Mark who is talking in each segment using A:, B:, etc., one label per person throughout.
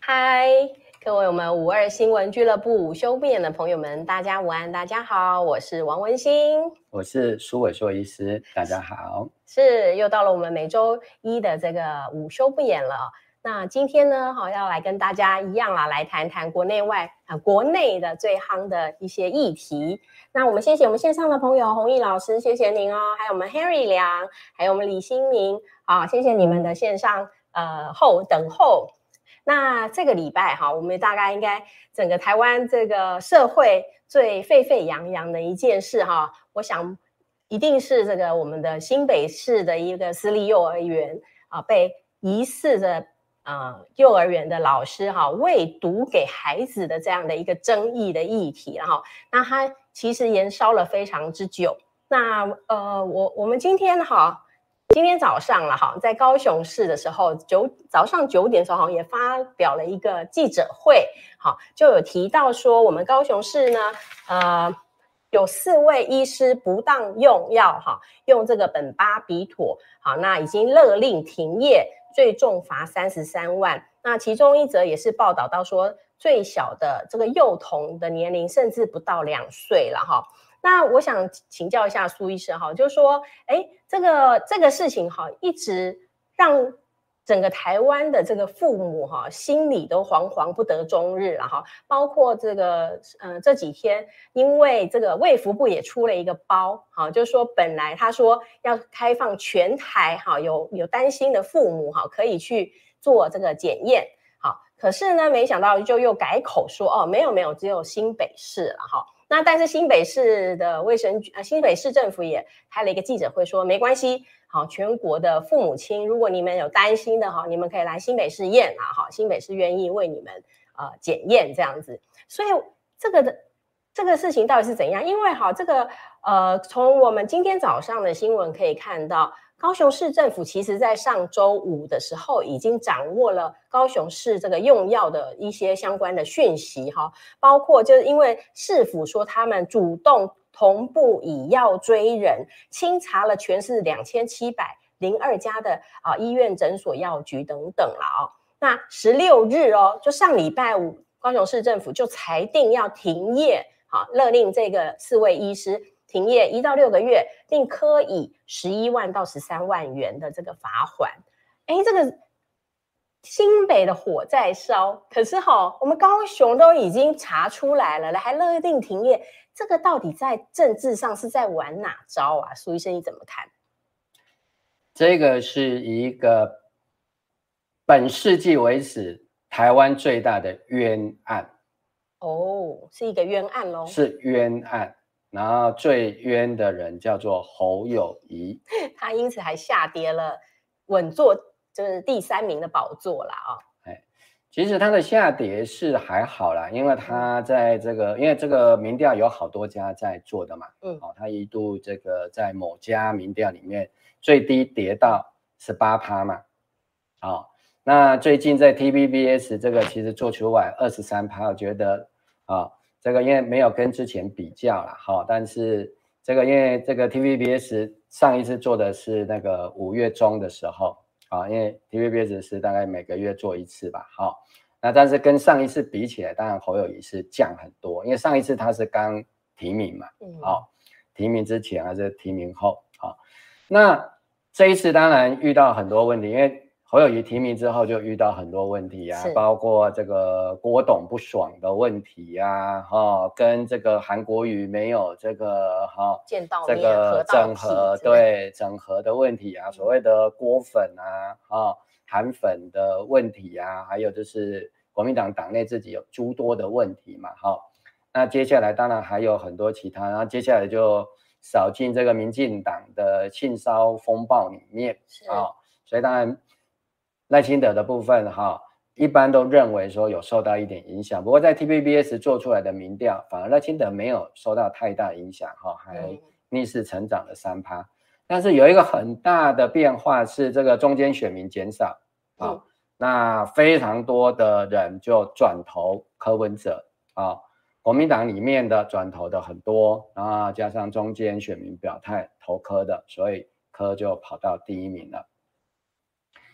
A: 嗨，各位我们五二新闻俱乐部午休面的朋友们，大家午安，大家好，我是王文兴，
B: 我是苏伟硕医师，大家好。
A: 是又到了我们每周一的这个午休不演了。那今天呢，好要来跟大家一样啦，来谈谈国内外啊、呃国内的最夯的一些议题。那我们谢谢我们线上的朋友弘毅老师，谢谢您哦，还有我们 Harry 梁，还有我们李新明啊，谢谢你们的线上呃候等候。那这个礼拜哈，我们大概应该整个台湾这个社会最沸沸扬扬的一件事哈，我想一定是这个我们的新北市的一个私立幼儿园啊，被疑似的呃幼儿园的老师哈喂毒给孩子的这样的一个争议的议题，然后那它其实延烧了非常之久。那呃，我我们今天哈，今天早上了哈，在高雄市的时候，九早上九点的时候，好像也发表了一个记者会，好，就有提到说，我们高雄市呢，呃，有四位医师不当用药哈，用这个苯巴比妥，好，那已经勒令停业，最重罚三十三万。那其中一则也是报道到说，最小的这个幼童的年龄甚至不到两岁了哈。那我想请教一下苏医师哈，就是说，哎，这个这个事情哈，一直让整个台湾的这个父母哈，心里都惶惶不得终日了哈。包括这个，呃，这几天因为这个卫福部也出了一个包，好，就是说本来他说要开放全台哈，有有担心的父母哈，可以去做这个检验，好，可是呢，没想到就又改口说哦，没有没有，只有新北市了哈。那但是新北市的卫生局，呃，新北市政府也开了一个记者会说，没关系，好，全国的父母亲，如果你们有担心的哈，你们可以来新北市验啊，哈，新北市愿意为你们呃检验这样子。所以这个的这个事情到底是怎样？因为哈，这个呃，从我们今天早上的新闻可以看到，高雄市政府其实在上周五的时候已经掌握了高雄市这个用药的一些相关的讯息哈，包括就是因为市府说他们主动同步以药追人，清查了全市两千七百零二家的啊、医院、诊所、药局等等了哦。那十六日哦，就上礼拜五，高雄市政府就裁定要停业，好、勒令这个四位医师停业一到六个月，并科以十一万到十三万元的这个罚款。哎，这个新北的火在烧，可是哈、我们高雄都已经查出来了，还勒令停业，这个到底在政治上是在玩哪招啊？苏医生你怎么看？
B: 这个是一个本世纪为止台湾最大的冤案，
A: 哦，是一个冤案喽。
B: 是冤案。然后最冤的人叫做侯友谊，
A: 他因此还下跌了，稳坐就是第三名的宝座啦啊、
B: 其实他的下跌是还好啦，因为他在这个，因为这个民调有好多家在做的嘛，
A: 嗯
B: 哦，他一度这个在某家民调里面最低跌到十八趴嘛，哦，那最近在 TVBS 这个其实做出来二十三趴，我觉得啊、这个因为没有跟之前比较啦，好、但是这个因为这个 TVBS 上一次做的是那个五月中的时候，啊，因为 TVBS 是大概每个月做一次吧，哦好、那但是跟上一次比起来，当然侯友谊是降很多，因为上一次他是刚提名嘛，
A: 嗯，
B: 好、提名之前还是提名后，好、那这一次当然遇到很多问题，因为侯友谊提名之后就遇到很多问题啊
A: 是，
B: 包括这个郭董不爽的问题啊，哈、跟这个韩国瑜没有这个哦哈、
A: 见到
B: 这
A: 面合
B: 个
A: 到
B: 整
A: 皮
B: 合
A: 之类的，嗯
B: 对整合的问题啊，所谓的锅粉啊，啊韩粉的问题啊，还有就是国民党党内自己有诸多的问题嘛，哈、那接下来当然还有很多其他，然后接下来就扫进这个民进党的性骚风暴里面
A: 是
B: 啊、所以当然赖清德的部分哈、一般都认为说有受到一点影响，不过在 TPBS 做出来的民调，反而赖清德没有受到太大影响哈、还。
A: 嗯
B: 逆势成长的三趴。但是有一个很大的变化是，这个中间选民减少，啊、
A: 嗯
B: 那非常多的人就转投柯文哲啊、国民党里面的转投的很多，然后加上中间选民表态投柯的，所以柯就跑到第一名了。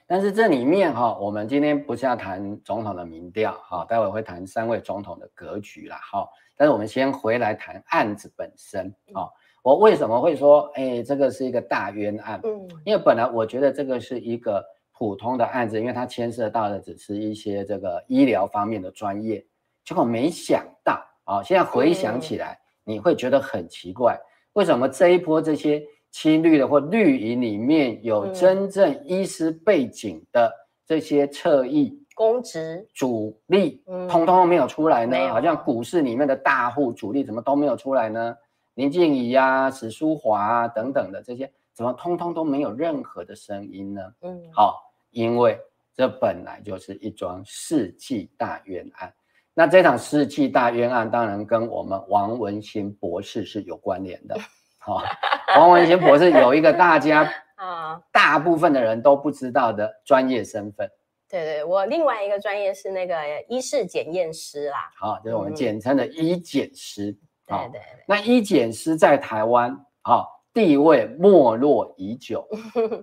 B: 但是这里面哈、我们今天不是要谈总统的民调哈、待会会谈三位总统的格局啦哈、但是我们先回来谈案子本身啊、我为什么会说，哎，这个是一个大冤案？
A: 嗯
B: 因为本来我觉得这个是一个普通的案子，因为它牵涉到的只是一些这个医疗方面的专业，结果没想到啊、现在回想起来，你会觉得很奇怪，为什么这一波这些青绿的或绿营里面有
A: 嗯
B: 真正医师背景的这些侧翼
A: 公职，
B: 主力
A: 嗯
B: 通通都没有出来呢
A: 没？有
B: 好像股市里面的大户主力怎么都没有出来呢？林静怡啊、史淑华啊等等的这些，怎么通通都没有任何的声音呢？
A: 嗯，
B: 好、因为这本来就是一桩世纪大冤案。那这场世纪大冤案当然跟我们王文兴博士是有关联的。 好、王文兴博士有一个大家
A: 啊，
B: 大部分的人都不知道的专业身份。
A: 对对，我另外一个专业是那个医事检验师啦，
B: 好，就是我们
A: 嗯
B: 简称的医检师。
A: 对
B: 好
A: 对
B: 那医检师在台湾啊地位没落已久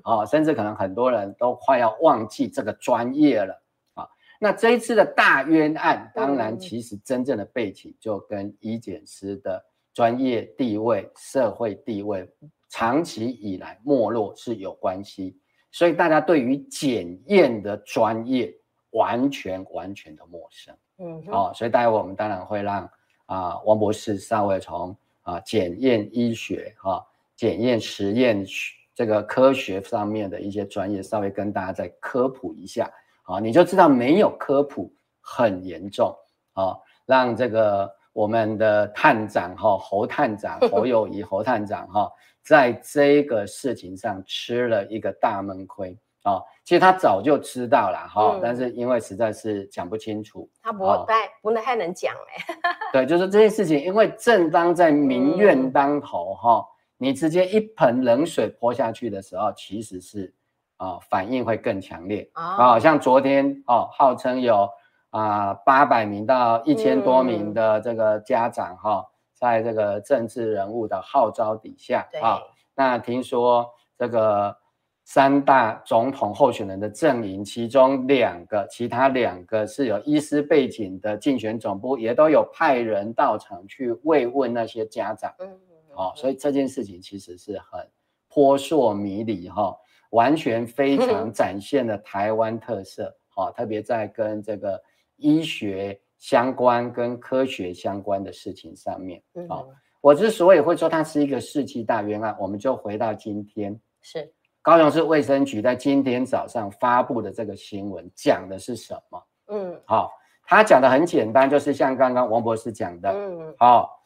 B: 啊，甚至可能很多人都快要忘记这个专业了啊。那这一次的大冤案，当然
A: 嗯
B: 其实真正的背景就跟医检师的专业地位、社会地位长期以来没落是有关系，所以大家对于检验的专业完全完全的陌生。
A: 对，嗯哼，
B: 哦，所以待会我们当然会让啊、王博士稍微从啊、检验医学哈、检验实验学这个科学上面的一些专业稍微跟大家再科普一下啊、你就知道没有科普很严重啊、让这个我们的探长哈、侯探长侯友谊侯探长哈、在这个事情上吃了一个大闷亏。啊、其实他早就知道了哈、
A: 嗯
B: 但是因为实在是讲不清楚，
A: 他不
B: 哦
A: 太不太能讲哎，
B: 对，就是这件事情，因为正当在民怨
A: 嗯
B: 当头哈、你直接一盆冷水泼下去的时候，其实是啊、反应会更强烈啊、
A: 啊，
B: 像昨天哦，号称有啊八百名到一千多名
A: 嗯
B: 的这个家长哈、在这个政治人物的号召底下
A: 对，
B: 啊、那听说这个三大总统候选人的阵营，其中两个，其他两个是有医师背景的竞选总部，也都有派人到场去慰问那些家长。
A: 嗯，
B: 哦，所
A: 以
B: 以这件事情其实是很扑朔迷离哈、完全非常展现了台湾特色。哦，特别在跟这个医学相关、跟科学相关的事情上面。
A: 嗯
B: 好我之所以会说它是一个世纪大冤案，我们就回到今天，
A: 是，
B: 高雄市卫生局在今天早上发布的这个新闻讲的是什么？
A: 嗯
B: 好、他讲的很简单，就是像刚刚王博士讲的，
A: 嗯
B: 好、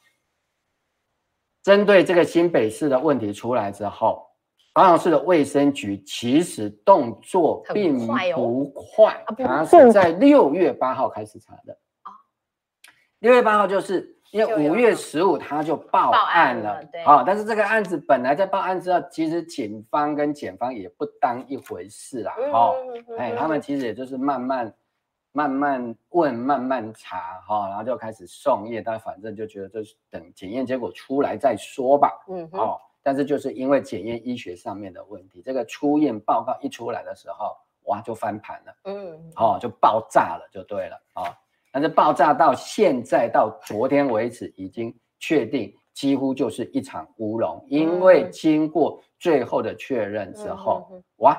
B: 针对这个新北市的问题出来之后，高雄市的卫生局其实动作
A: 很
B: 并
A: 快哦
B: 不快，
A: 啊不
B: 它是在六月八号开始查的
A: 哦。
B: 六月八号就是因为
A: 就有
B: 五月十五他就报
A: 报
B: 案
A: 案
B: 了
A: 了对，
B: 好、但是这个案子本来在报案之后，其实警方跟检方也不当一回事啦，
A: 嗯
B: 好、
A: 嗯嗯
B: 哎，
A: 嗯
B: 他们其实也就是慢慢、慢慢问、慢慢查哈、然后就开始送验，但反正就觉得就是等检验结果出来再说吧，
A: 嗯哼
B: 哦。但是就是因为检验医学上面的问题，这个出验报告一出来的时候，哇，就翻盘了，
A: 嗯，
B: 哦，就爆炸了，就对了，哦。但是爆炸到现在到昨天为止，已经确定几乎就是一场乌龙，因为
A: 嗯
B: 经过最后的确认之
A: 嗯
B: 后，，
A: 嗯嗯
B: 哇，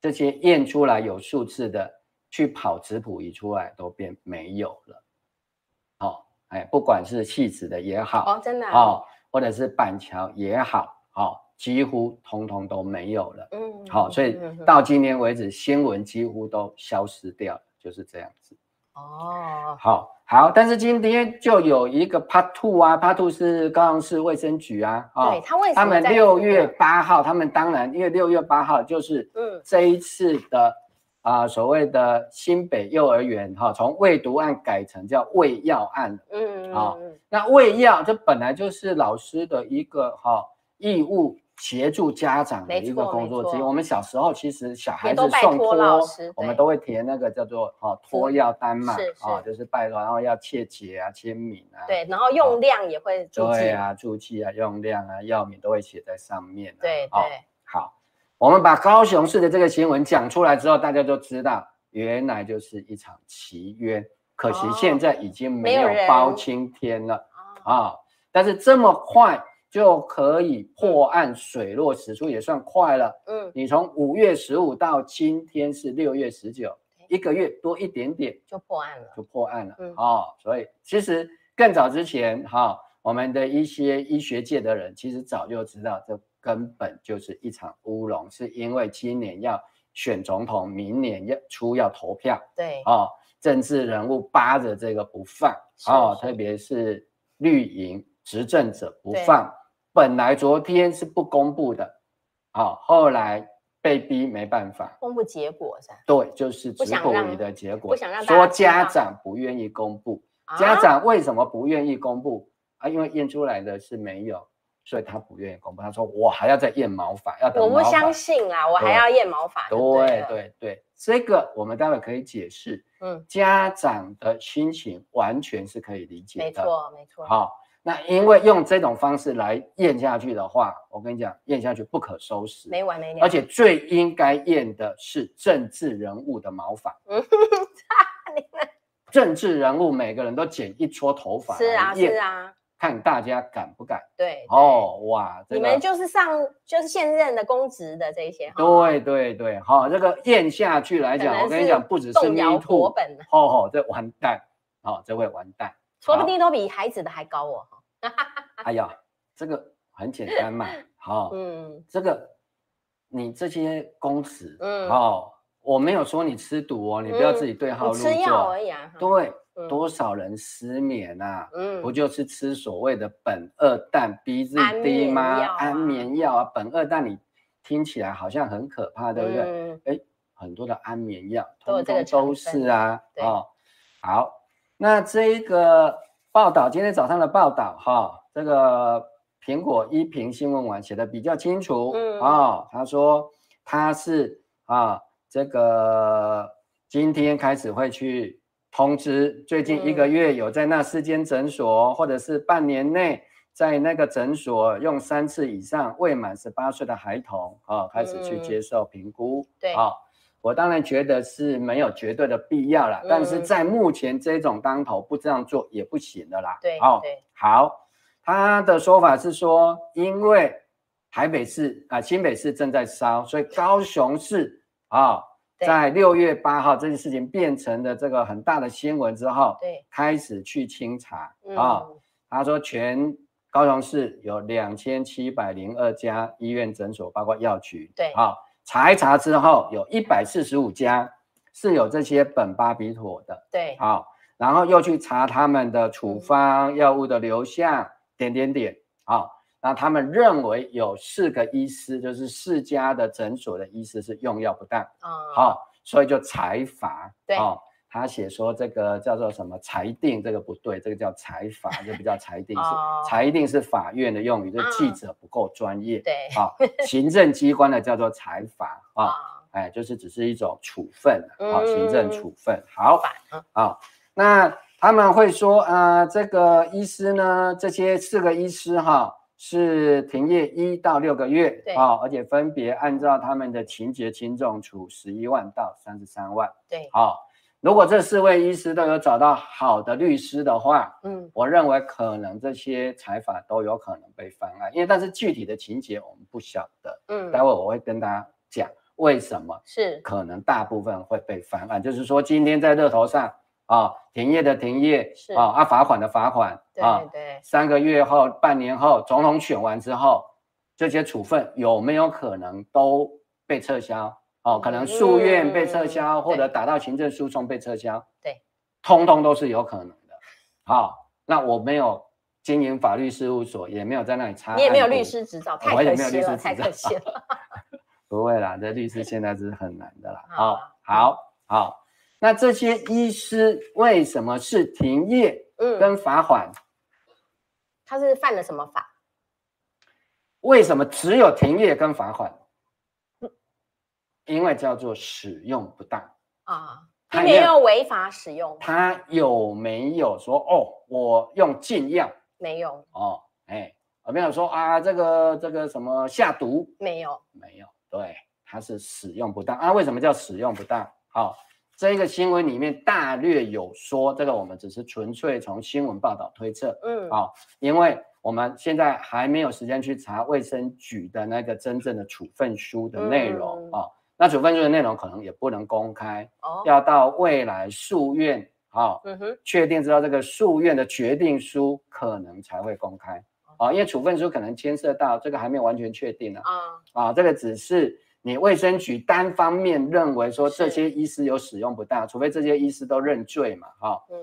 B: 这些验出来有数字的，去跑质谱仪出来都变没有了。好、哎，不管是戏子的也好，
A: 哦，真的啊，
B: 哦，或者是板桥也好，哦，几乎通通都没有了。
A: 嗯，
B: 好、所以
A: 嗯嗯嗯
B: 到今天为止，新闻几乎都消失掉了，就是这样子。
A: 哦，
B: 好好，但是今天就有一个 Part Two 啊，Part Two 是高雄市卫生局啊，啊、
A: 对他为什么
B: 他们
A: 在
B: 六
A: 这个
B: 月八号，他们当然因为六月八号就是
A: 嗯
B: 这一次的啊、所谓的新北幼儿园哈、从喂毒案改成叫喂药案。
A: 嗯
B: 好
A: 嗯嗯
B: 那喂药这本来就是老师的一个哈、义务，协助家长的
A: 没
B: 一个
A: 错
B: 工
A: 没
B: 作之一。
A: 错
B: 我们小时候其实小孩
A: 也
B: 子
A: 都拜
B: 送
A: 托
B: 托
A: 老师
B: 我们
A: 对
B: 都会填那个叫做哦托
A: 嗯
B: 药单嘛，
A: 是
B: 啊、
A: 是
B: 就是拜托，然后要切结啊、签名啊，
A: 对，然后用量也会注
B: 对
A: 记，
B: 啊、注记啊、用量啊、药名都会写在上面、啊。
A: 对
B: 哦
A: 对，
B: 好，我们把高雄市的这个新闻讲出来之后，大家就知道原来就是一场奇冤。可惜
A: 哦
B: 现在已经没
A: 没有
B: 有
A: 人
B: 包青天了
A: 啊，
B: 啊、但是这么快就可以破案水落石出，也算快了。
A: 嗯，
B: 你从五月十五到今天是六月十九，一个月多一点点
A: 就破案了。
B: 就破案了。
A: 嗯
B: 哦，所以其实更早之前哈、我们的一些医学界的人其实早就知道，这根本就是一场乌龙，是因为今年要选总统，明年要初要投票
A: 对，
B: 哦，政治人物扒着这个不放
A: 是
B: 哦，
A: 是
B: 特别是绿营执政者不
A: 对
B: 放。本来昨天是不公布的，哦，后来被逼没办法，
A: 公布结果噻。
B: 对，就是
A: 不
B: 直
A: 想
B: 补
A: 让
B: 仪的结果。
A: 不想让大
B: 说
A: 家知
B: 家
A: 道
B: 长不愿意公布，
A: 啊
B: 家长为什么不愿意公布啊？因为验出来的是没有，所以他不愿意公布。他说我还要再验毛发，要等
A: 我不
B: 毛发
A: 相。信啦，我还
B: 对
A: 要验毛发。
B: 对
A: 了，
B: 对对，这个我们待会可以解释。
A: 嗯，
B: 家长的心情完全是可以理解的。
A: 没。错没错。
B: 好、那因为用这种方式来验下去的话，我跟你讲，验下去不可收拾。
A: 没完没了。
B: 而且最应该验的是政治人物的毛 发
A: 嗯。
B: 政治人物每个人都剪一撮头发
A: 是啊
B: 来验
A: 是，啊，
B: 看大家敢不敢。
A: 对，
B: 哦，哇，这
A: 你
B: 个
A: 们就是上就是现任的公职的这些哈，
B: 对对对，好、这个验下去来
A: 可
B: 讲，
A: 能
B: 我跟
A: 是
B: 你讲，不只是
A: 动
B: me
A: 摇
B: too，
A: 国
B: 哦
A: 本，
B: 吼，这完蛋，哦，这会完蛋。
A: 说不定都比孩子的还高哦。哈
B: 哎呀，这个很简 单嘛，好、
A: 嗯，
B: 这个你这些公子，
A: 嗯
B: 哦，我没有说你吃毒哦，你不要自己对号
A: 你
B: 入座。
A: 吃药而已啊。哈，
B: 对，
A: 嗯
B: 哦多少人失眠啊？
A: 嗯
B: 不就是吃所谓的苯二氮逼自
A: 安
B: 低
A: 眠
B: 吗？
A: 药啊
B: 安眠药啊，苯二氮你听起来好像很可怕，对不对？
A: 嗯
B: 很多的安眠药
A: 都有
B: 通
A: 这个
B: 通都
A: 成分
B: 是啊，
A: 对
B: 哦，好，那这个报道，今天早上的报道哈、这个苹果一评新闻网写的比较清楚，
A: 嗯
B: 哦，他说他是啊，这个今天开始会去通知最近一个
A: 嗯
B: 月有在那四间诊所，或者是半年内。在那个诊所用三次以上未满十八岁的孩童啊、哦开始去
A: 嗯
B: 接受评估。
A: 对
B: 啊、我当然觉得是没有绝对的必要啦，
A: 嗯
B: 但是在目前这种当头不这样做也不行的啦。
A: 对
B: 好、
A: 对，
B: 好，他的说法是说，因为台北市啊、新北市正在烧，所以高雄市啊、
A: 对
B: 在六月八号这件事情变成了这个很大的新闻之后，
A: 对，
B: 开始去清查啊、
A: 嗯，
B: 他说全高雄市有两千七百零二家医院诊所，包括药局。
A: 对
B: 好、查一查之后，有一百四十五家是有这些苯巴比妥的。
A: 对，
B: 好、然后又去查他们的处
A: 嗯
B: 方、药物的流向，点点点。好、那他们认为有四个医师，就是四家的诊所的医师是用药不当。
A: 啊，
B: 好、所以就裁罚。
A: 对
B: 哦，他写说这个叫做什么裁定，这个不对，这个叫裁罚，这不叫裁定，
A: 哦嗯
B: 是裁定是法院的用语，就是记者不够专业。
A: 对，
B: 好、啊行政机关的叫做裁罚啊、
A: 啊，
B: 哎，就是只是一种处分，好、
A: 嗯
B: 行政处分。好，
A: 反啊，
B: 好，那他们会说，呃，这个医师呢，这些四个医师哈是停业一到六个月，
A: 对
B: 啊、而且分别按照他们的情节轻重处十一万到三十三万，
A: 对，
B: 好、如果这四位医师都有找到好的律师的话，
A: 嗯，
B: 我认为可能这些裁罚都有可能被翻案，因为但是具体的情节我们不晓得，待
A: 嗯，
B: 会我会跟大家讲为什么
A: 是，
B: 可能大部分会被翻案，就是说今天在热头上啊，停业的停业，
A: 是
B: 啊啊罚款的罚款
A: 对
B: 啊，
A: 对，
B: 三个月后、半年后，总统选完之后，这些处分有没有可能都被撤销？哦，可能诉愿被撤销，
A: 嗯
B: 或者
A: 对
B: 打到行政诉讼被撤销，
A: 对，
B: 通通都是有可能的。好、那我没有经营法律事务所，也没有在那里查，
A: 你也没有律，师执照，太
B: 哎我也
A: 可
B: 没有
A: 惜
B: 律师
A: 了，
B: 执
A: 太可
B: 照
A: 惜 了。
B: 不会啦，这律师现在是很难 的啦。
A: 好
B: 好、好，好，那这些医师为什么是停业
A: 嗯，
B: 跟罚款？
A: 他是犯了什么法？
B: 为什么只有停业跟罚款？因为叫做使用不当，
A: 啊，
B: 他
A: 并没
B: 也
A: 有违法使用，
B: 他有没有说哦，我用禁药
A: 没有，
B: 哦，哎，有没有说啊，这个这个什么下毒
A: 没有，
B: 没有？对，它是使用不当啊。为什么叫使用不当？好、这个新闻里面大略有说，这个我们只是纯粹从新闻报道推测。
A: 嗯，
B: 好、因为我们现在还没有时间去查卫生局的那个真正的处分书的内容
A: 嗯
B: 啊、哦那处分书的内容可能也不能公开，
A: 哦，
B: 要到未来诉愿啊、哦
A: 嗯哼，
B: 确定知道这个诉愿的决定书，可能才会公开啊、哦因为处分书可能牵涉到这个还没有完全确定呢
A: 啊，
B: 啊、这个只是。你卫生局单方面认为说
A: 是
B: 这些医师有使用不当，除非这些医师都认罪嘛，哈、
A: 嗯，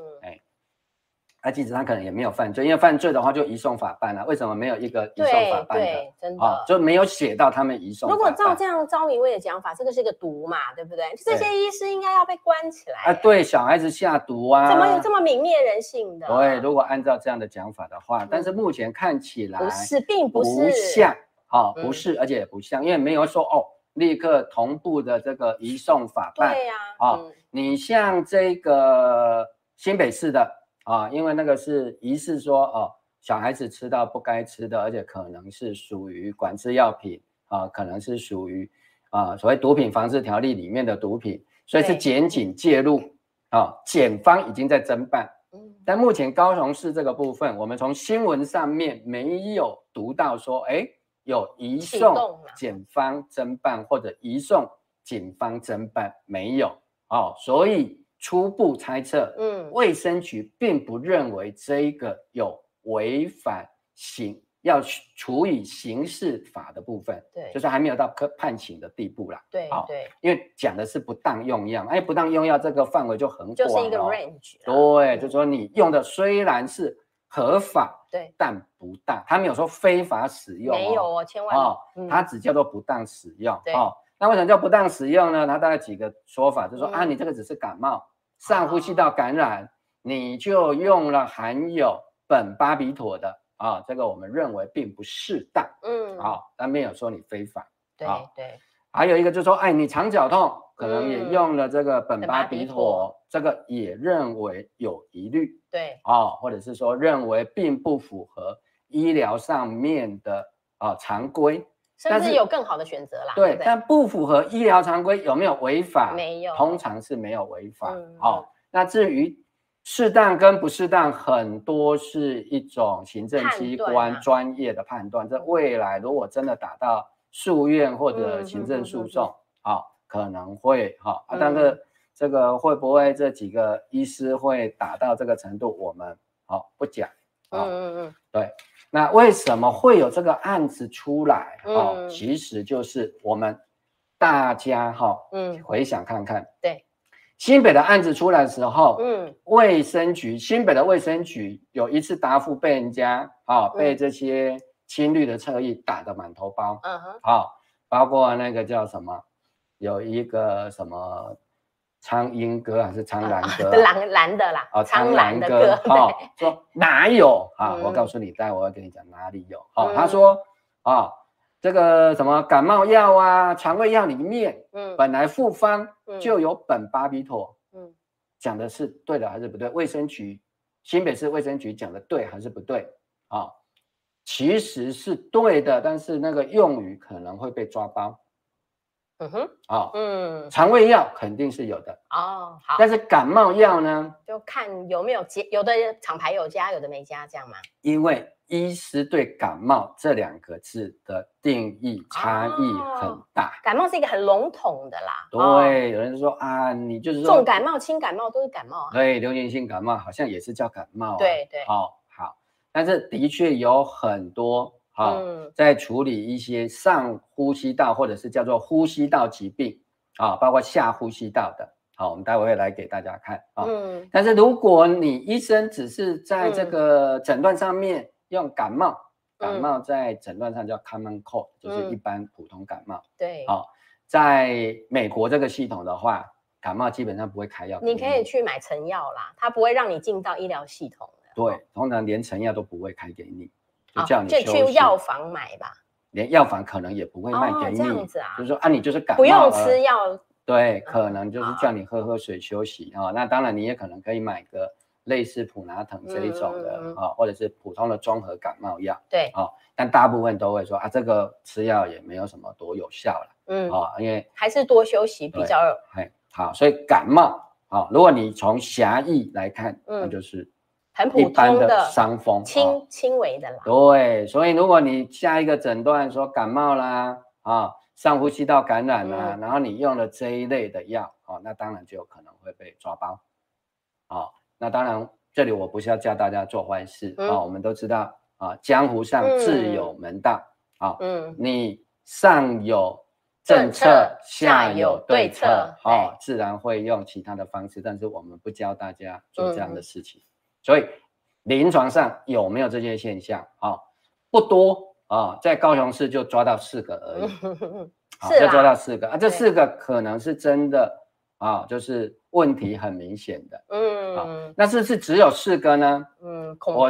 B: 那其实他可能也没有犯罪，因为犯罪的话就移送法办了、为什么没有一个移送法
A: 对
B: 办的？
A: 对，真
B: 啊、
A: 的。
B: 就没有写到他们移送法
A: 如
B: 办。
A: 果照这样张明威的讲法，这个是一个毒嘛，对不对？这些医师应该要被关起来
B: 啊，对小孩子下毒啊，
A: 怎么有这么泯灭人性的？啊嗯
B: 对，如果按照这样的讲法的话，但是目前看起来
A: 不是，并
B: 不
A: 不是
B: 像，好、
A: 嗯
B: 不是，而且也不像，因为没有说哦，立刻同步的这个移送法办。
A: 对呀、
B: 啊
A: 嗯
B: 你像这个新北市的啊，因为那个是疑似说哦，小孩子吃到不该吃的，而且可能是属于管制药品啊，可能是属于啊所谓毒品防治条例里面的毒品，所以是
A: 对
B: 检警介入啊，检方已经在侦办，
A: 嗯，
B: 但目前高雄市这个部分，我们从新闻上面没有读到说，哎，有移
A: 启
B: 送
A: 动了
B: 检方侦办或者移送警方侦办，没有哦，所以初步猜测，
A: 嗯
B: 卫生局并不认为这一个有违反刑要处以刑事法的部分，
A: 对，
B: 就是还没有到科判刑的地步啦，
A: 对
B: 好
A: 对，
B: 因为讲的是不当用药，哎，不当用药这个范围就很广、哦，
A: 就是一个 range 啦。
B: 对，
A: 嗯
B: 就说你用的虽然是合法，
A: 对，
B: 但不当，他没有说非法使用、哦，
A: 没有哦，千万
B: 哦，
A: 嗯
B: 它只叫做不当使用
A: 对
B: 哦。那为什么叫不当使用呢？它大概几个说法，就说、
A: 嗯
B: 啊，
A: 哦
B: 你这个只是感冒、上呼吸道感染，你就用了含有苯巴比妥的啊、这个我们认为并不适当
A: 嗯，
B: 啊、哦，但没有说你非法。
A: 对
B: 好
A: 对，
B: 还有一个就是说，哎，你肠绞痛可能也
A: 嗯
B: 用了这个苯
A: 苯
B: 巴
A: 巴
B: 比
A: 比
B: 妥
A: 妥，
B: 这个也认为有疑虑。
A: 对，
B: 哦，或者是说认为并不符合医疗上面的啊、常规，但
A: 甚至
B: 是
A: 有更好的选择啦，
B: 对，
A: 不对？
B: 但不符合医疗常规有没有违法？
A: 没有
B: 通常是没有违法。
A: 嗯
B: 哦，那至于适当跟不适当，很多是一种行政
A: 判
B: 机
A: 断
B: 关
A: 啊
B: 专业的判断。这未来如果真的打到诉愿或者
A: 嗯
B: 行
A: 哼
B: 政
A: 哼
B: 诉
A: 哼
B: 讼，啊、可能会哈、啊，
A: 嗯
B: 但是这个会不会这几个医师会打到这个程度，我们好、不讲。
A: 嗯
B: 哦
A: 嗯嗯，
B: 那为什么会有这个案子出来？哦，
A: 嗯
B: 其实就是我们大家哈、
A: 嗯
B: 回想看看，
A: 对，
B: 新北的案子出来的时候，
A: 嗯
B: 卫生局新北的卫生局有一次答复被人家啊、哦
A: 嗯
B: 被这些青绿的侧翼打得满头包
A: 嗯哼，
B: 啊、哦包括那个叫什么，有一个什么苍蝇哥还是苍 兰哥、啊
A: 的蓝啊蓝的啦，
B: 哦，苍
A: 兰
B: 兰
A: 的
B: 哥
A: 歌，
B: 哦
A: 对，
B: 说哪有啊？
A: 嗯
B: 我告诉你，待会我要跟你讲哪里有。哦，
A: 嗯
B: 他说啊，这个什么感冒药啊、肠胃药里面
A: 嗯
B: 本来复方
A: 嗯
B: 就有苯巴比妥，
A: 嗯
B: 讲的是对的还是不对？卫生局新北市卫生局讲的对还是不对？啊，其实是对的，但是那个用语可能会被抓包
A: 嗯哼
B: 啊。
A: 嗯
B: 肠胃药肯定是有的，
A: 哦好，
B: 但是感冒药呢？
A: 就看有没有加，有的厂牌有加，有的没加，这样嘛。
B: 因为医师对感冒这两个字的定义差异很大。
A: 感冒是一个很笼统的啦，哦
B: 对，有人说啊，你就是说
A: 重感冒、轻感冒都是感冒啊。
B: 对，流行性感冒好像也是叫感冒、啊。
A: 对对
B: 哦，好，但是的确有很多啊、
A: 嗯
B: 在处理一些上呼吸道或者是叫做呼吸道疾病啊、包括下呼吸道的。好，我们待会会来给大家看啊。
A: 嗯
B: 但是如果你医生只是在这
A: 嗯
B: 个诊断上面用感冒，感
A: 嗯
B: 冒在诊断上叫 common cold，就是一
A: 嗯
B: 般普通感冒。
A: 对，
B: 好在美国这个系统的话，感冒基本上不会开药给，
A: 你可以去买成药啦，它不会让你进到医疗系统的。
B: 对，通常连成药都不会开给你，就
A: 啊，
B: 叫你
A: 就
B: 休
A: 去
B: 息
A: 药，房买吧。
B: 连药房可能也不会卖
A: 哦
B: 给，你，
A: 这样子啊
B: 就，是说啊，你就是感冒
A: 不用
B: 了
A: 吃药。
B: 对，可能就是
A: 啊
B: 叫你喝喝水休息啊、那当然，你也可能可以买个类似普拿疼这一种的啊、
A: 嗯嗯嗯
B: 或者是普通的综合感冒药，
A: 对，
B: 但大部分都会说啊，这个吃药也没有什么多有效了
A: 嗯，
B: 哦，因为
A: 还是多休息比较
B: 哎好，所以感冒好、如果你从狭义来看，
A: 嗯
B: 那就是
A: 很
B: 一
A: 普
B: 般
A: 通
B: 的
A: 的、
B: 伤风，哦
A: 轻轻微的啦。
B: 对，所以如果你下一个诊断说感冒啦，啊、上呼吸道感染啦，
A: 嗯
B: 然后你用了这一类的药，哦，那当然就有可能会被抓包，哦，那当然这里我不是要叫大家做坏事啊、
A: 嗯
B: 我们都知道啊、江湖上自有门道啊、
A: 嗯，
B: 你上有政
A: 政
B: 策，
A: 策
B: 下
A: 下
B: 有
A: 有
B: 对
A: 对
B: 策，
A: 策
B: 哦
A: 对，
B: 自然会用其他的方式，但是我们不教大家做这样的
A: 嗯
B: 事情。所以临床上有没有这些现象？哦，不多啊、哦，在高雄市就抓到四个而已，好、
A: 嗯是
B: 就抓
A: 啦
B: 到四个啊，
A: 对
B: 这四个可能是真的啊、就是问题很明显的。
A: 嗯
B: 那是不是只有四个呢？
A: 嗯，
B: 我
A: 恐怕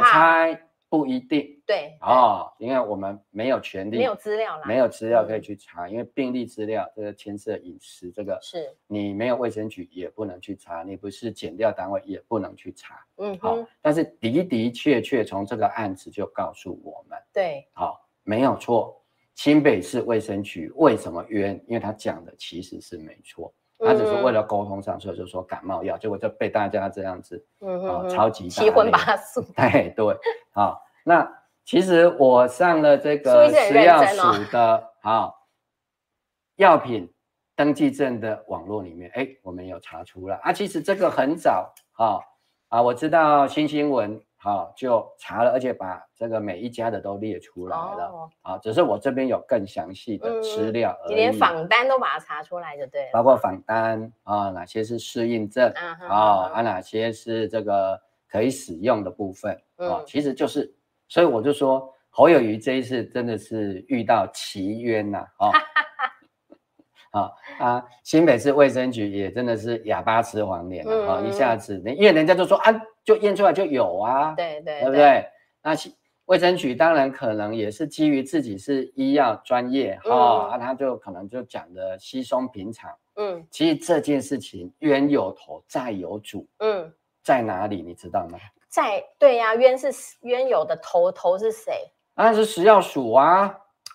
B: 猜不一定
A: 对，
B: 哦，因为我们没有权利，
A: 没有资料啦，
B: 没有资料可以
A: 嗯
B: 去查，因为病历资料这个牵涉隐私，这个
A: 是，
B: 你没有卫生局也不能去查，你不是检调单位也不能去查。
A: 嗯
B: 好、
A: 哼，
B: 但是的的确确从这个案子就告诉我们，
A: 对，
B: 好、没有错。新北市卫生局为什么冤？因为他讲的其实是没错，他只是
A: 嗯
B: 为了沟通上，所以就说感冒药，结果就被大家这样子
A: 嗯
B: 啊、
A: 哼哼
B: 超级大
A: 七荤
B: 类
A: 八素，
B: 对哎对，好、那其实我上了这
A: 苏
B: 个
A: 医生很
B: 食药
A: 认真哦
B: 署的好、药品登记证的网络里面，哎，我们有查出了啊。其实这个很早啊、啊，我知道新新闻好、就查了，而且把这个每一家的都列出来了、
A: 哦，
B: 啊。只是我这边有更详细的资
A: 嗯
B: 料而
A: 你
B: 已，
A: 连访单都把它查出来就对了，
B: 包括访单啊，哪些是适应症
A: 啊哈
B: 啊、
A: 哈
B: 啊，哪些是这个可以使用的部分啊、
A: 嗯
B: 其实就是，所以我就说侯友谊这一次真的是遇到奇冤呐、 啊，哦啊啊，新北市卫生局也真的是哑巴吃黄连啊、啊
A: 嗯嗯
B: 一下子，因为人家就说啊，就验出来就有啊，
A: 对对
B: 不对？那新卫生局当然可能也是基于自己是医药专业哈、哦
A: 嗯
B: 啊，他就可能就讲的稀松平常。
A: 嗯
B: 其实这件事情冤有头债有主，
A: 嗯，
B: 在哪里你知道吗？
A: 在对呀，冤是冤有的头头是谁？
B: 当然是食药署啊，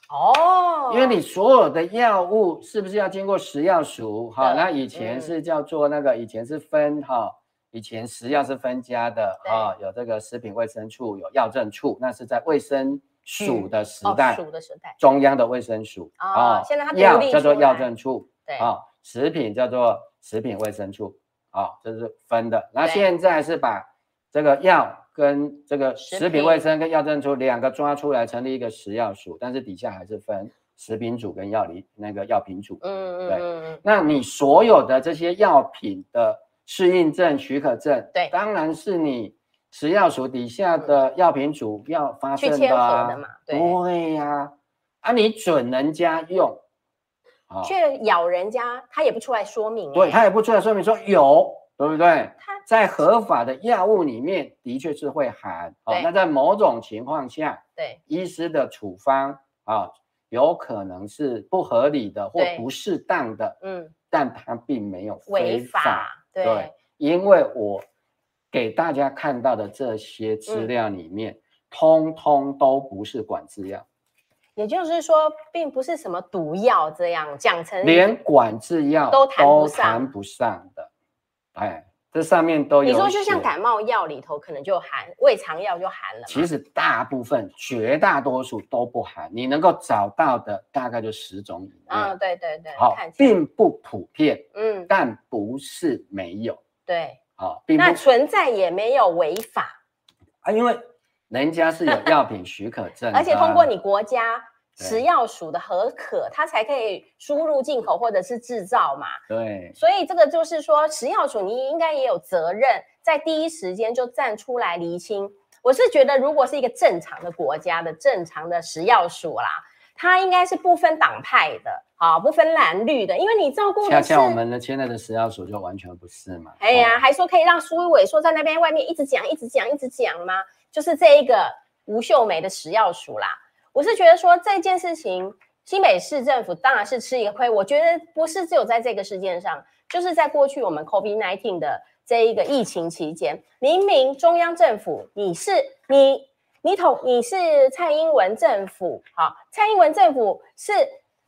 A: 哦，
B: 因为你所有的药物是不是要经过食药署？哈，
A: 对
B: 那以前
A: 嗯
B: 是叫做那个，以前是分哈，以前食药是分家的
A: 对
B: 哈，有这个食品卫生处，有药政处，那是在卫生署
A: 嗯
B: 的时
A: 哦
B: 代，
A: 鼠的时代，
B: 中央的卫生署
A: 啊现在它独立
B: 药叫做
A: 出
B: 药
A: 来
B: 政处，
A: 对，
B: 啊、食品叫做食品卫生处，啊、这是分的。那
A: 对
B: 现在是把这个药跟这个
A: 食
B: 食品卫
A: 品
B: 生跟药政处两个抓出来，成立一个食药署，但是底下还是分食品组跟药理那个药品组。
A: 嗯嗯
B: 对
A: 嗯
B: 那你所有的这些药品的适应症、许可证，
A: 对
B: 当然是你食药署底下的药品组要发
A: 嗯，去
B: 生
A: 签
B: 的啊、
A: 合的嘛，对，
B: 对呀、啊，你准人家用，啊
A: 却咬人家，他也不出来说明、
B: 对他
A: 哎
B: 也不出来说明说有，对不对？
A: 他
B: 在合法的药物里面的确是会含哦
A: 对，
B: 那在某种情况下，
A: 对
B: 医师的处方啊、有可能是不合理的或
A: 对
B: 不适当的，
A: 嗯
B: 但它并没有
A: 违
B: 法。
A: 法，对
B: 对，因为我给大家看到的这些
A: 嗯
B: 资料里面，通通都不是管制药，
A: 也就是说，并不是什么毒药这样讲成
B: 连管制药
A: 嗯都谈不上
B: 谈不上的，哎，这上面都有
A: 你
B: 写。
A: 说就像感冒药里头可能就含胃肠药就含了嘛，
B: 其实大部分、绝大多数都不含，你能够找到的大概就十种以
A: 嗯
B: 内。
A: 对对对，
B: 好
A: 看，起来
B: 并不普遍，
A: 嗯
B: 但不是没有。
A: 对，
B: 好，并不
A: 那存在也没有违法，
B: 啊，因为人家是有药品许可证的 啊，
A: 而且通过你国家。
B: 对
A: 食药署的核可，它才可以输入、进口或者是制造嘛。
B: 对
A: 所以这个就是说，食药署你应该也有责任，在第一时间就站出来厘清。我是觉得，如果是一个正常的国家的正常的食药署啦，它应该是不分党派的，啊，不分蓝绿的，因为你照顾
B: 恰
A: 的是，
B: 恰我们的现在的食药署就完全不是嘛。
A: 哎呀，
B: 哦，
A: 还说可以让苏伟说在那边外面一直讲、一直讲、一直讲吗？就是这一个吴秀梅的食药署啦，我是觉得说这件事情，新北市政府当然是吃一个亏。我觉得不是只有在这个事件上，就是在过去我们 COVID 1 9的这一个疫情期间，明明中央政府你是你你统你是蔡英文政府，好，蔡英文政府是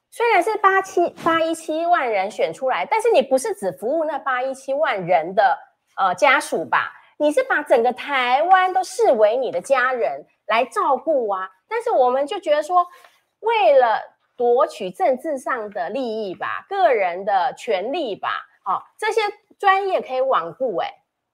A: 虽然是八七八一七万人选出来，但是你不是只服务那八一七万人的呃家属吧？你是把整个台湾都视为你的家人来照顾啊。但是我们就觉得说，为了夺取政治上的利益吧，个人的权利吧，好、这些专业可以罔顾、欸。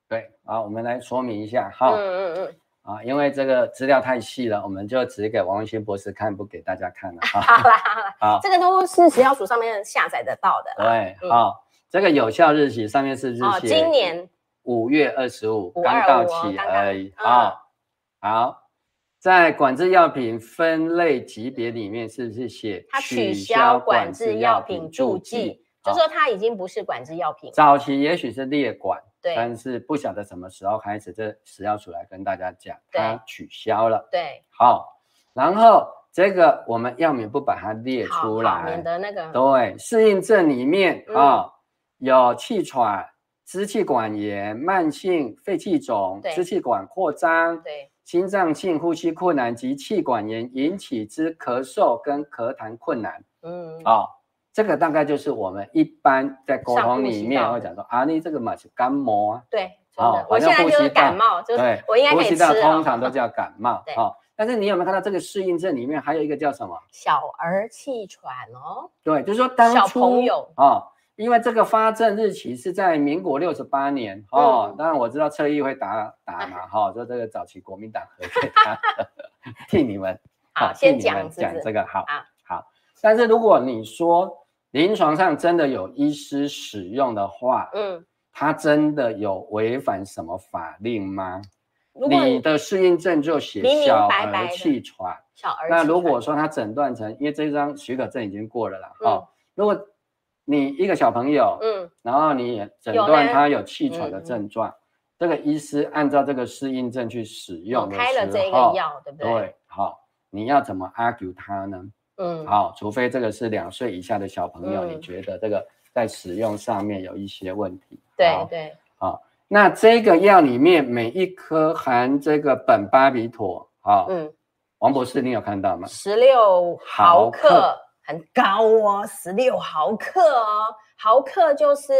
B: 对，好，我们来说明一下
A: 哎、
B: 哈。
A: 嗯嗯
B: 啊，因为这个资料太细了，我们就只给王文新博士看，不给大家看了
A: 嗯，
B: 哈。
A: 好啦好啦，
B: 好，
A: 这个都是食药署上面下载得到的啦。
B: 对，
A: 嗯
B: 好，这个有效日期上面是日
A: 哦，
B: 期，
A: 今年
B: 五月二十五
A: 525
B: 刚到期
A: 哦刚
B: 而已
A: 刚嗯
B: 啊。好，在管制药品分类级别里面，是不是写
A: 它取消管制药品注记，啊就
B: 好
A: 说它已经不是管制药品。
B: 早期也许是列管，
A: 对
B: 但是不晓得什么时候开始，这食药署来跟大家讲，
A: 对
B: 它取消了。
A: 对，
B: 好，然后这个我们药免不把它列
A: 好
B: 出
A: 好
B: 来
A: 免，得那个
B: 对，适应症里面
A: 嗯
B: 啊、有气喘、支气管炎、慢性肺气肿
A: 对、
B: 支气管扩张、
A: 对
B: 心脏性呼吸困难及气管炎引起之咳嗽跟咳痰困难
A: 嗯
B: 啊、这个大概就是我们一般在沟
A: 上
B: 通
A: 呼
B: 里
A: 吸
B: 面
A: 道
B: 会
A: 的
B: 讲说啊，你这个嘛是感冒啊，
A: 对，真
B: 哦
A: 的，我
B: 好像
A: 现在
B: 呼
A: 就是
B: 吸道
A: 感冒，就是
B: 对
A: 我应该
B: 呼
A: 可以
B: 吸
A: 吃
B: 道
A: 哦。
B: 通常都叫感冒
A: 对
B: 哦。但是你有没有看到这个适应症里面还有一个叫什么？
A: 小儿气喘哦，
B: 对，就是说当初
A: 小朋友
B: 哦，因为这个发证日期是在民国六十八年哦，
A: 嗯
B: 当然我知道侧翼会打 打嘛哈、说这个早期国民党和给他 替你们
A: 好，
B: 替
A: 先
B: 你们
A: 讲是
B: 讲
A: 不
B: 这
A: 是？
B: 个好
A: 啊
B: 好，但是如果你说临床上真的有医师使用的话，
A: 嗯，
B: 他真的有违反什么法令吗？
A: 如果
B: 你的适应症就写
A: 明明
B: 小
A: 白白
B: 儿
A: 的
B: 气喘，
A: 小儿
B: 那
A: 气
B: 如
A: 喘
B: 果说他诊断成，因为这张许可证已经过了啦，哦，如果你一个小朋友，
A: 嗯
B: 然后你也诊
A: 有
B: 断
A: 呢
B: 他有气喘的
A: 嗯嗯
B: 症状，这个医师按照这个适应症去使
A: 我
B: 用的时候，
A: 哦开了这个药，对不对？
B: 哦对，好、你要怎么 argue 他呢？
A: 嗯，
B: 好、除非这个是两岁以下的小朋友，
A: 嗯
B: 你觉得这个在使用上面有一些问题，
A: 对
B: 好
A: 对，
B: 那这个药里面每一颗含这个苯巴比妥，好、
A: 嗯，
B: 王博士你有看到吗？
A: 十六毫
B: 毫克
A: 克很高哦，十六毫克哦，毫克就是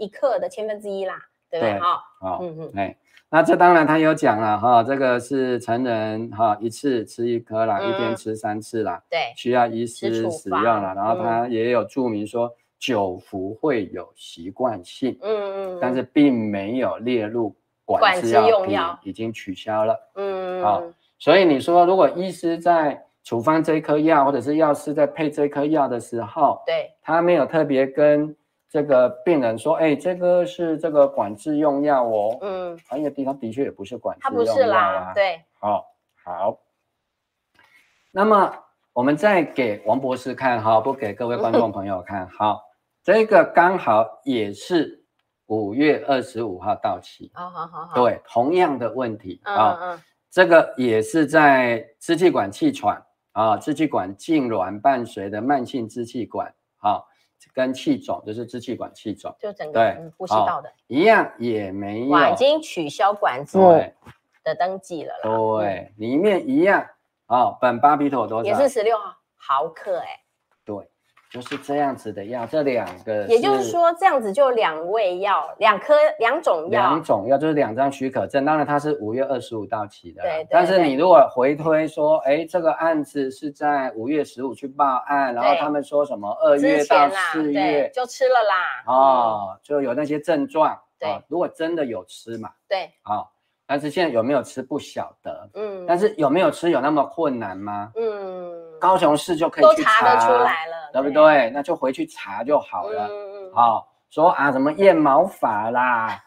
A: 一克的千分之一啦，对不对？
B: 对
A: 哈，
B: 好、
A: 嗯嗯，
B: 哎，那这当然他有讲了哈、这个是成人哈、一次吃一颗啦，
A: 嗯
B: 一天吃三次啦，
A: 对，
B: 需要医师
A: 吃处
B: 使用啦。
A: 方嗯
B: 然后他也有注明说，久服会有习惯性，
A: 嗯嗯，
B: 但
A: 嗯
B: 是并没有列入
A: 管
B: 管制
A: 制
B: 药
A: 用
B: 品
A: 药，
B: 已经取消了。
A: 嗯，
B: 好
A: 嗯
B: 所以你说，如果医师在处方这颗药，或者是药师在配这颗药的时候，
A: 对，
B: 他没有特别跟这个病人说，哎，这个是这个管制用药哦，
A: 嗯，
B: 啊，因为地方的确也不是管
A: 它
B: 制
A: 不
B: 用药
A: 是
B: 啊
A: 啦，。，对，
B: 好、好。那么我们再给王博士看哈，不给各位 观众朋友看。好，这个刚好也是五月二十五号到期。
A: 好好好好，，
B: 对，同样的问题
A: 嗯
B: 啊、
A: 嗯
B: 这个也是在支气管气喘啊，支气管痉挛伴随的慢性支气管啊，跟气肿就是支气管气肿
A: 就整个
B: 对哦
A: 嗯呼吸
B: 好
A: 道的，
B: 一样，也没有
A: 哇，已经取消管制
B: 对
A: 的登记了啦，嗯，
B: 对，里面一样啊，苯巴比妥多
A: 也
B: 少？
A: 是十六毫克，哎，
B: 对，就是这样子的药，这两个
A: 也就是说这样子就两味药，两颗两种药
B: 两，种药，就是两张许可证。当然它是五月二十五到期的啦，
A: 对对
B: 但是
A: 对
B: 你如果回推说，哎，这个案子是在五月十五去报案，然后
A: 对
B: 他们说什么二
A: 之
B: 月到
A: 前啦，
B: 四
A: 对
B: 月，
A: 就吃了啦，嗯，
B: 哦，就有那些症状。
A: 对
B: 哦如果真的有吃嘛，
A: 对，
B: 啊、但是现在有没有吃不晓得，
A: 嗯，
B: 但是有没有吃有那么困难吗？
A: 嗯，
B: 高雄市就可
A: 都
B: 以去
A: 查得出，来了，
B: 对不对？那就回去查就好了。
A: 嗯嗯嗯，
B: 好、说啊什么腋毛法啦，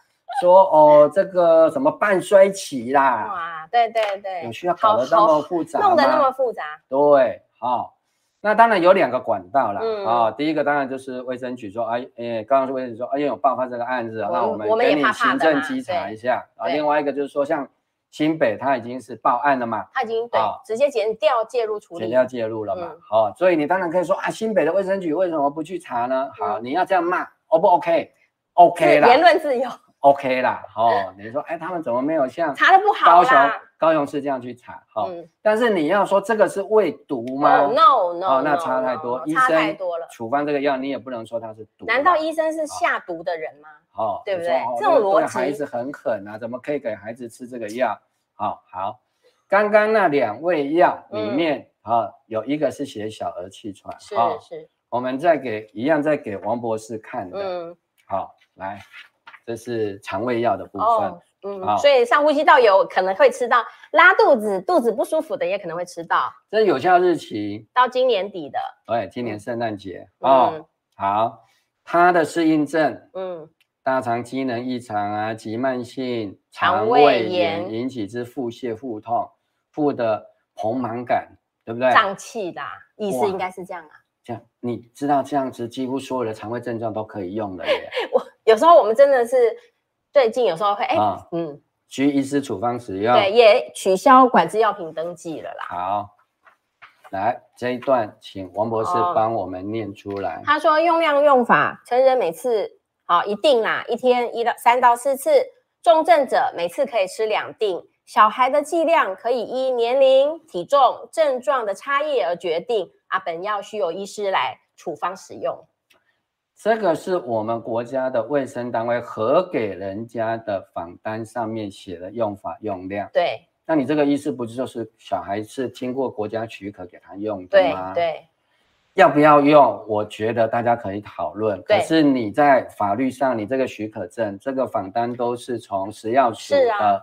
B: 说哦这个什么半衰期啦，
A: 哇，对对对，
B: 有需要
A: 好
B: 搞得那么
A: 好
B: 复杂
A: 弄得那
B: 吗
A: 么复杂，
B: 对，好、那当然有两个管道啦，啊、
A: 嗯
B: 第一个当然就是卫生局说，哎，哎，刚刚是卫生局说，哎，有爆发这个案子，
A: 我
B: 那
A: 们
B: 我们
A: 我们也
B: 给你
A: 怕怕
B: 行
A: 的
B: 政
A: 啦
B: 稽
A: 对
B: 查一下啊。
A: 对
B: 另外一个就是说，像新北它已经是报案了嘛，
A: 他已经对
B: 好
A: 直接减掉介入处
B: 人
A: 理，
B: 要介入了嘛
A: 嗯，
B: 好、所以你当然可以说啊，新北的卫生局为什么不去查呢？好，
A: 嗯
B: 你要这样骂，O、不 OK？OK、
A: 是
B: 啦，
A: 言论自由，
B: OK 啦，哦，你说哎，他们怎么没有像
A: 查的不好
B: 高雄
A: 啦。
B: 高雄市这样去查？哈、哦，
A: 嗯
B: 但是你要说这个是未毒吗？
A: 哦 no no，
B: 哦那
A: no，
B: 差太
A: no，
B: 多
A: no，
B: 医
A: 差太
B: 生
A: 多了。
B: 处方这个药你也不能说它是毒嘛，啊
A: 难道医生是下毒的人吗？
B: 哦，
A: 对
B: 你
A: 不
B: 说
A: 对
B: 哦
A: 这种
B: 个个
A: 逻
B: 孩
A: 辑
B: 子很狠啊，怎么可以给孩子吃这个药？好、好，刚刚那两味药里
A: 嗯
B: 面啊、哦有一个是写小儿气喘，
A: 是
B: 哦
A: 是，
B: 我们再给一样再给王博士看的，
A: 嗯
B: 好，来，这是肠胃药的部分，
A: 哦嗯，
B: 好
A: 所以上呼吸道有可能会吃到拉肚子、肚子不舒服的，也可能会吃到。
B: 这有效日期，
A: 到今年底的，
B: 哎，今年圣诞节、
A: 嗯
B: 哦，好，它的适应症
A: 嗯
B: 大肠机能异常啊，急慢性
A: 肠胃炎
B: 引起之腹泻、腹痛、腹的膨满感，对不对？
A: 胀气的啊意思
B: 哇
A: 应该是这样啊。
B: 这样你知道这样子几乎所有的肠胃症状都可以用的耶。
A: 我有时候我们真的是最近有时候 会哎
B: 啊，
A: 嗯，
B: 需医师处方使用。
A: 对，也取消管制药品登记了啦。
B: 好，来这一段，请王博士
A: 哦
B: 帮我们念出来。
A: 他说用量用法，成人每次好、一定啦，一天一到三到四次，重症者每次可以吃两锭。小孩的剂量可以依年龄、体重、症状的差异而决定。啊，本药需由医师来处方使用。
B: 这个是我们国家的卫生单位核给人家的访单上面写的用法用量。
A: 对
B: 那你这个意思不就是小孩是经过国家许可给他用的
A: 对
B: 吗？，
A: 对，
B: 要不要用？我觉得大家可以讨论。可
A: 对
B: 是你在法律上，你这个许可证、这个访单都是从食药署
A: 是
B: 的
A: 啊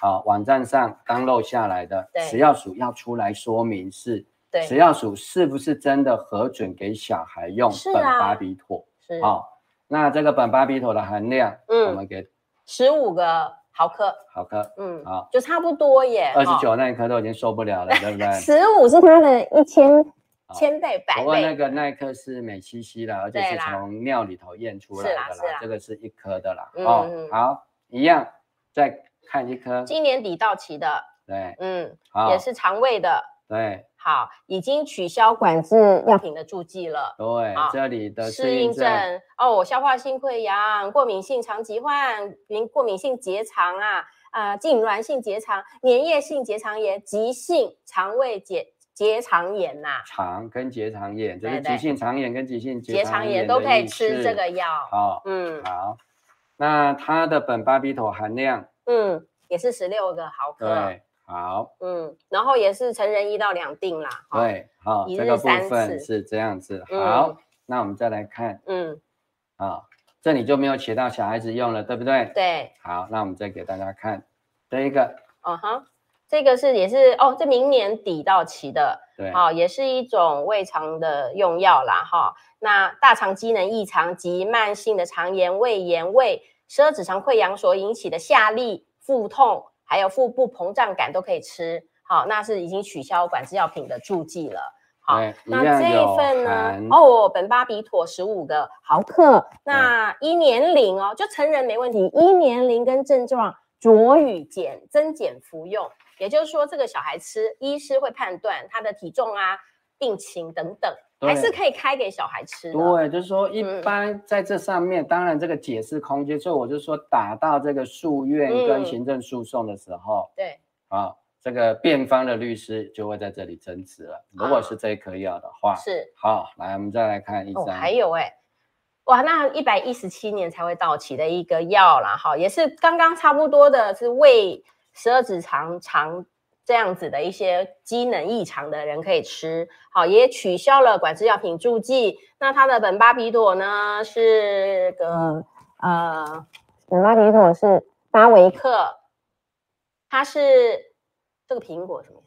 B: 啊网站上当漏下来的
A: 对，
B: 食药署要出来说明是
A: 对
B: 食药署是不是真的核准给小孩用
A: 是啊
B: 苯巴比妥？
A: 是
B: 好、那这个苯巴比妥的含量，
A: 嗯
B: 我们给
A: 十五个毫克，
B: 好克
A: 嗯，
B: 好
A: 就差不多耶。
B: 二十九那一颗都已经受不了了，对不对？
A: 十五 是它的一千
B: 好
A: 千倍百
B: 不过那
A: 倍，
B: 个耐克是美西西啦，而且
A: 对
B: 是
A: 啦
B: 从尿里头验出来的啦，
A: 是啦是啦
B: 这个是一颗的啦。
A: 嗯
B: 哦
A: 嗯，
B: 好，一样，再看一颗，
A: 今年底到期的，
B: 对，
A: 嗯，
B: 好，
A: 也是肠胃的。
B: 对
A: 好，已经取消管制药品的注记了。
B: 对
A: 好，
B: 这里的
A: 适
B: 适
A: 应
B: 应症，
A: 症哦，我消化性溃疡、过敏性肠疾患、淋过敏性结肠啊、啊、痉挛性结肠、粘液性结肠炎、急性肠胃结结肠炎呐、
B: 肠跟结肠炎，这
A: 对
B: 是
A: 对
B: 急性肠炎跟急性
A: 结肠
B: 肠
A: 炎
B: 炎
A: 都
B: 的
A: 可以
B: 意
A: 吃
B: 思
A: 这个。药。
B: 好，
A: 嗯
B: 好，那它的苯巴比妥含量，
A: 嗯，也是十六个毫克。
B: 对，好，
A: 嗯，然后也是成人一到两锭啦。哦，
B: 对，好，
A: 一
B: 这
A: 日
B: 个部
A: 三
B: 分
A: 次
B: 是这样子。
A: 嗯
B: 好，那我们再来看。
A: 嗯，
B: 啊，这里就没有写到小孩子用了，对不对？。
A: 对，
B: 好，那我们再给大家看这一个，
A: 嗯哼，这个是也是哦，这明年底到期的。
B: 对，
A: 好、也是一种胃肠的用药啦，哈、那大肠机能异常及慢性的肠炎、胃炎、胃十二指肠溃疡所引起的下痢、腹痛，还有腹部膨胀感都可以吃。好、那是已经取消管制药品的注记了。好
B: 对，一
A: 那
B: 样哦
A: 这
B: 有
A: 一份呢
B: 含？
A: 哦，本巴比妥十五个毫克，
B: 嗯
A: 那依年龄哦，就成人没问题，依年龄跟症状酌予减增减服用。也就是说，这个小孩吃，医师会判断他的体重啊、病情等等，
B: 对
A: 还是可以开给小孩吃的。
B: 对，就是说一
A: 嗯
B: 般在这上面，当然这个解释空间，所以我就说打到这个诉愿跟
A: 嗯
B: 行政诉讼的时候，
A: 对
B: 啊，这个辩方的律师就会在这里争执了。如果
A: 啊
B: 是这一颗药的话，
A: 是
B: 好，来我们再来看一
A: 哦，
B: 张，
A: 还有哎、哇，那一百一十七年才会到期的一个药啦，哈，也是刚刚差不多的，是胃十二指肠肠这样子的一些机能异常的人可以吃，好，也取消了管制药品注记。那它的本巴比妥呢是个呃，本巴比妥是巴维克，它是这个苹果什么呀？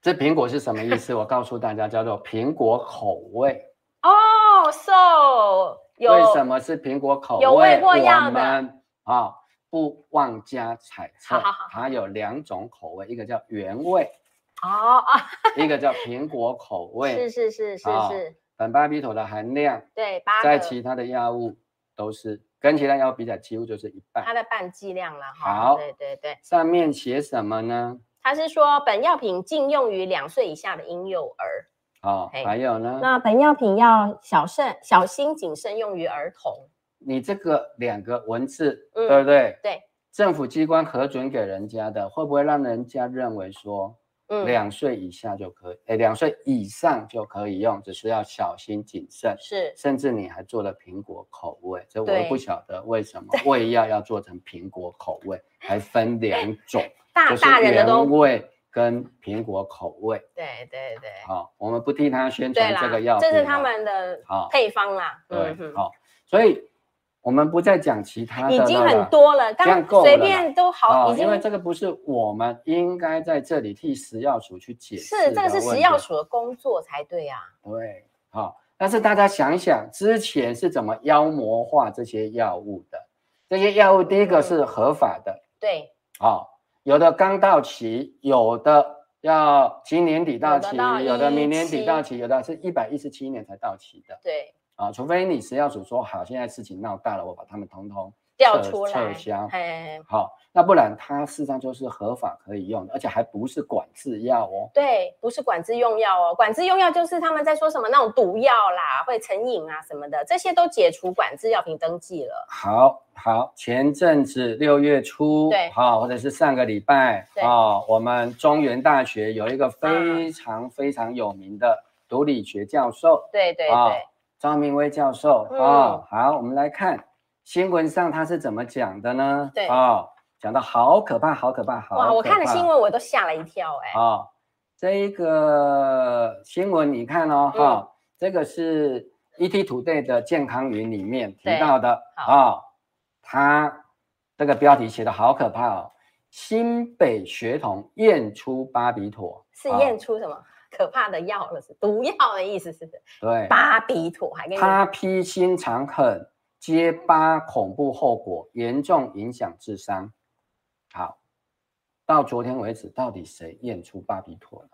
B: 这苹果是什么意思？我告诉大家，叫做苹果口味。
A: 哦、s o 有
B: 为什么是苹果口味？
A: 有味过
B: 我
A: 药的
B: 们啊、不妄加揣测。
A: 好好好
B: 它有两种口味，一个叫原 味，
A: 哦啊，
B: 一个叫苹果口
A: 是
B: 味。
A: 是是是
B: 好
A: 是。
B: 苯巴比妥的含量
A: 对，八
B: 在
A: 个
B: 其他的药物都是跟其他药物比起来几乎就是一半
A: 它。的半剂量了哈。
B: 好
A: 对对对，
B: 上面写什么呢？
A: 他是说本药品禁用于两岁以下的婴幼儿。
B: 哦
A: 嘿，
B: 还有呢？
A: 那本药品要小慎、小心谨慎用于儿童。
B: 你这个两个文字，
A: 嗯
B: 对不对？
A: 对，
B: 政府机关核准给人家的，会不会让人家认为说
A: 嗯，
B: 两岁以下就可以，哎、两岁以上就可以用，只是要小心谨慎。
A: 是
B: 甚至你还做了苹果口味，这我
A: 对
B: 都不晓得为什么胃药要做成苹果口味，还 分两种，
A: 大
B: 就是
A: 大人的
B: 原
A: 都
B: 味跟苹果口味。
A: 对对对
B: 好、我们不替他宣
A: 对
B: 传这个药
A: 啦，
B: 品
A: 这
B: 啊，
A: 是他们的
B: 好
A: 配方啦，嗯
B: 对，
A: 哼，
B: 好、所以我们不再讲其他的
A: 已经
B: 了
A: 很
B: 啦
A: 多了，
B: 这样
A: 刚
B: 够了
A: 随
B: 啦
A: 便都好，
B: 哦
A: 已，经
B: 因为这个不是我们应该在这里替食药署去解释
A: 是这个
B: 的
A: 是
B: 问
A: 食
B: 题
A: 药署的工作才对啊，
B: 对，好、但是大家想一想之前是怎么妖魔化这些药物的？这些药物第一个是合法的，
A: 对，
B: 哦，有的刚到期，有的要今年底到期，
A: 有的到
B: 有的明年
A: 117
B: 底到期，有的是一百一十七年才到期的
A: 对，
B: 啊、除非你食药署说好，现在事情闹大了，我把他们通通
A: 调
B: 撤
A: 出来
B: 撤销，
A: 哎，
B: 好、那不然它事实上就是合法可以用的，而且还不是管制药哦。
A: 对，不是管制用药哦，管制用药就是他们在说什么那种毒药啦，会成瘾啊什么的，这些都解除管制药品登记了。
B: 好好，前阵子六月初，
A: 对
B: 好、或者是上个礼拜，
A: 对嗯
B: 哦，我们中原大学有一个非常非常有名的毒理学教授，
A: 对对
B: 啊
A: 对，
B: 张明威教授，
A: 嗯
B: 哦，好，我们来看新闻上他是怎么讲的呢？
A: 对
B: 哦，讲的好可怕，好可怕，好可怕。
A: 哇，我看了新闻我都吓了一跳哎、
B: 哦，这一个新闻你看哦，哈、
A: 嗯
B: 这个是 ET Today 的健康云里面
A: 对
B: 提到的哦，它这个标题写的好可怕哦，新北学童验出巴比妥，
A: 是
B: 哦
A: 验出什么可怕的药了？是毒药的意思是不是？
B: 对，
A: 巴比妥还跟你
B: 他批心肠狠，揭发恐怖后果，严重影响智商。好，到昨天为止，到底谁验出巴比妥了？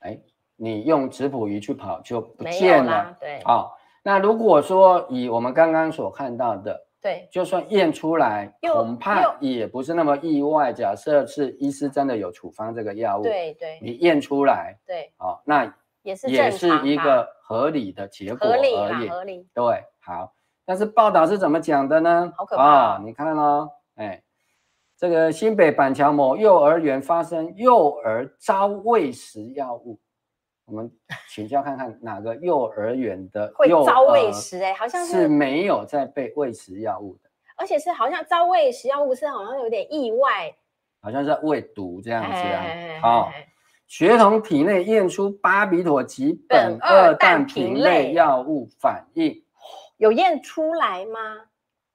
B: 哎，你用质谱仪去跑就不
A: 没有
B: 见了
A: 啦。，对
B: 好、那如果说以我们刚刚所看到的，
A: 对
B: 就算验出来，
A: 又
B: 恐怕也不是那么意外。假设是医师真的有处方这个药物，
A: 对对
B: 你验出来，
A: 对，
B: 哦，那
A: 也是
B: 也
A: 正
B: 是
A: 常
B: 一
A: 啦
B: 个合理的结果
A: 合
B: 而
A: 理
B: 已。
A: 啦，合理
B: 对，好。但是报道是怎么讲的呢？
A: 好可怕
B: 啊你看哦，哎，这个新北板桥某幼儿园发生幼儿遭喂食药物，我们请教看看哪个幼儿园的
A: 会
B: 幼
A: 遭喂
B: 儿
A: 食哎、好像
B: 呃是
A: 是
B: 没有在被喂食药物的，
A: 而且是好像遭喂食药物是好像有点意外哎
B: 好像是在喂毒这
A: 这
B: 样子啊。好，血统体内验出巴比妥及
A: 苯
B: 苯
A: 二
B: 二
A: 氮
B: 氮
A: 平
B: 平
A: 类
B: 类药物反应。
A: 有验出来吗？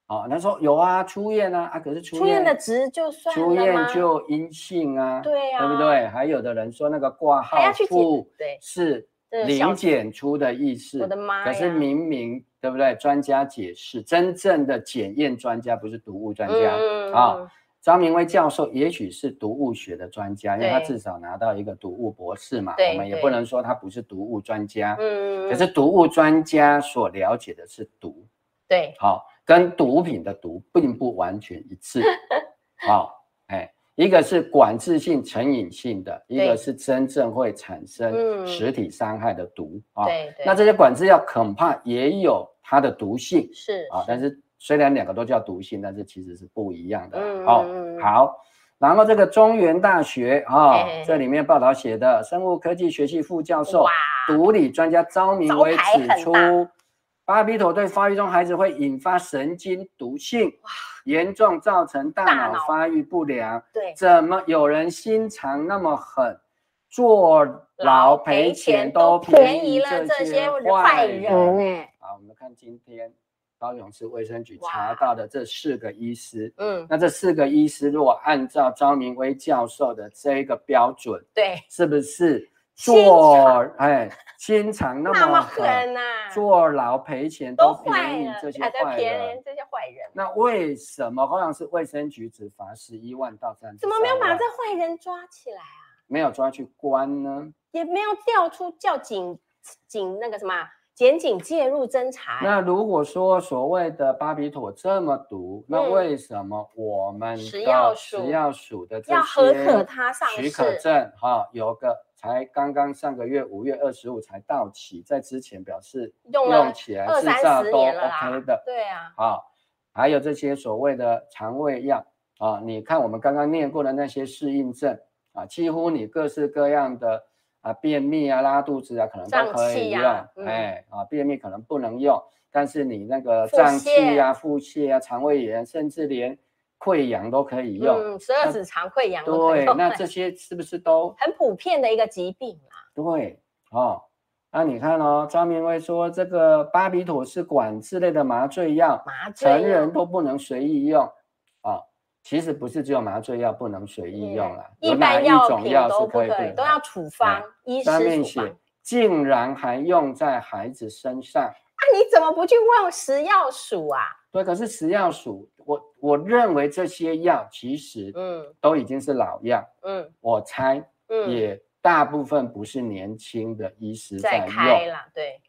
B: 哦，他说有啊，出院啊，啊，可是出
A: 出院的值就算
B: 出
A: 了吗
B: 院就阴性啊，
A: 对啊，
B: 不？对？还有的人说那个挂
A: 还要
B: 号
A: 去检
B: 处
A: 对，
B: 是
A: 这个小
B: 零检出的意思，
A: 我的妈
B: 可是
A: 呀
B: 明明对不对？专家解释，真正的检验专家不是毒物专家。啊
A: 嗯
B: 张明威教授也许是毒物学的专家，因为他
A: 对
B: 至少拿到一个毒物博士嘛，
A: 对
B: 我们也
A: 对
B: 不能说他不是毒物专家。
A: 嗯，
B: 可是毒物专家所了解的是毒，
A: 对
B: 好、跟毒品的毒并不完全一 致。好、哎，一个是管制性、成瘾性的，一
A: 对
B: 个是真正会产
A: 嗯
B: 生实体伤害的毒啊、
A: 对对，
B: 那这些管制药恐怕也有它的毒性
A: 是
B: 啊、但是虽然两个都叫毒性，但是其实是不一样的。
A: 嗯
B: 哦
A: 嗯嗯，嗯
B: 好。然后这个中原大学啊、
A: 嘿嘿嘿
B: 这里面报道写的生物科技学系副教授
A: 哇，
B: 毒理专家张明威
A: 招牌很大
B: 指出，巴比妥对发育中孩子会引发神经毒性，严重造成大
A: 大
B: 脑
A: 脑
B: 发育不良。
A: 对
B: 怎么有人心肠那么狠，坐牢赔钱都
A: 便
B: 便
A: 宜
B: 宜
A: 了这
B: 这
A: 些
B: 些
A: 坏人
B: 人？
A: 哎，
B: 啊，我们看今天高雄市卫生局
A: 哇
B: 查到的这四个医师，
A: 嗯，
B: 那这四个医师如果按照张明威教授的这一个标准，
A: 对，
B: 是不是
A: 心肠
B: 坐哎心肠那
A: 那么
B: 么狠，
A: 狠呐，
B: 坐牢赔钱
A: 都
B: 都
A: 坏
B: 便宜
A: 了，
B: 这些
A: 啊对
B: 坏
A: 便宜
B: 人？
A: 这些坏人，
B: 那为什么高雄市卫生局只罚十一万到三十？
A: 怎么没有把这坏人抓起来啊？
B: 没有抓去关呢？
A: 也没有调出叫警警那个什么啊检警介入侦查、
B: 那如果说所谓的巴比妥这么毒，那
A: 嗯
B: 为什么我们
A: 食
B: 到
A: 药署
B: 食药署的这
A: 要核
B: 些
A: 可它上
B: 许可
A: 市
B: 证哈、有个才刚刚上个月五月二十五才到期，在之前表示
A: 用了
B: 起来
A: 二
B: 制
A: 三
B: 造
A: 十
B: 都
A: 年了啦
B: OK 的，
A: 对啊，
B: 啊、还有这些所谓的肠胃药啊、你看我们刚刚念过的那些适应症啊，几乎你各式各样的啊便秘啊、拉肚子啊，可能都
A: 胀
B: 可以
A: 气
B: 用，
A: 呀嗯
B: 哎啊，便秘可能不能用，但是你那个
A: 腹
B: 胀气啊、腹泻啊、肠胃炎，甚至连溃疡都可以用。
A: 嗯，十二指肠溃疡的朋
B: 对
A: 友，
B: 那
A: 们
B: 这些是不是都
A: 很普遍的一个疾病啦。
B: 对哦，那你看哦，张明威说这个巴比妥是管制类的麻醉药，
A: 麻醉啊
B: 成
A: 药
B: 人都不能随意用啊、其实不是只有麻醉药不能随意用啦，
A: 一
B: 有哪
A: 般
B: 一种
A: 品
B: 药
A: 都
B: 是
A: 不
B: 可以
A: 可以，
B: 不
A: 都
B: 能
A: 要处方，医
B: 上面
A: 师处方。
B: 写竟然还用在孩子身上。
A: 啊，你怎么不去问食药署啊？
B: 对，可是食药署，我我认为这些药其实
A: 嗯
B: 都已经是老药，
A: 嗯
B: 我猜
A: 嗯，
B: 也大部分不是年轻的医师在
A: 再
B: 用。
A: 开啦，对，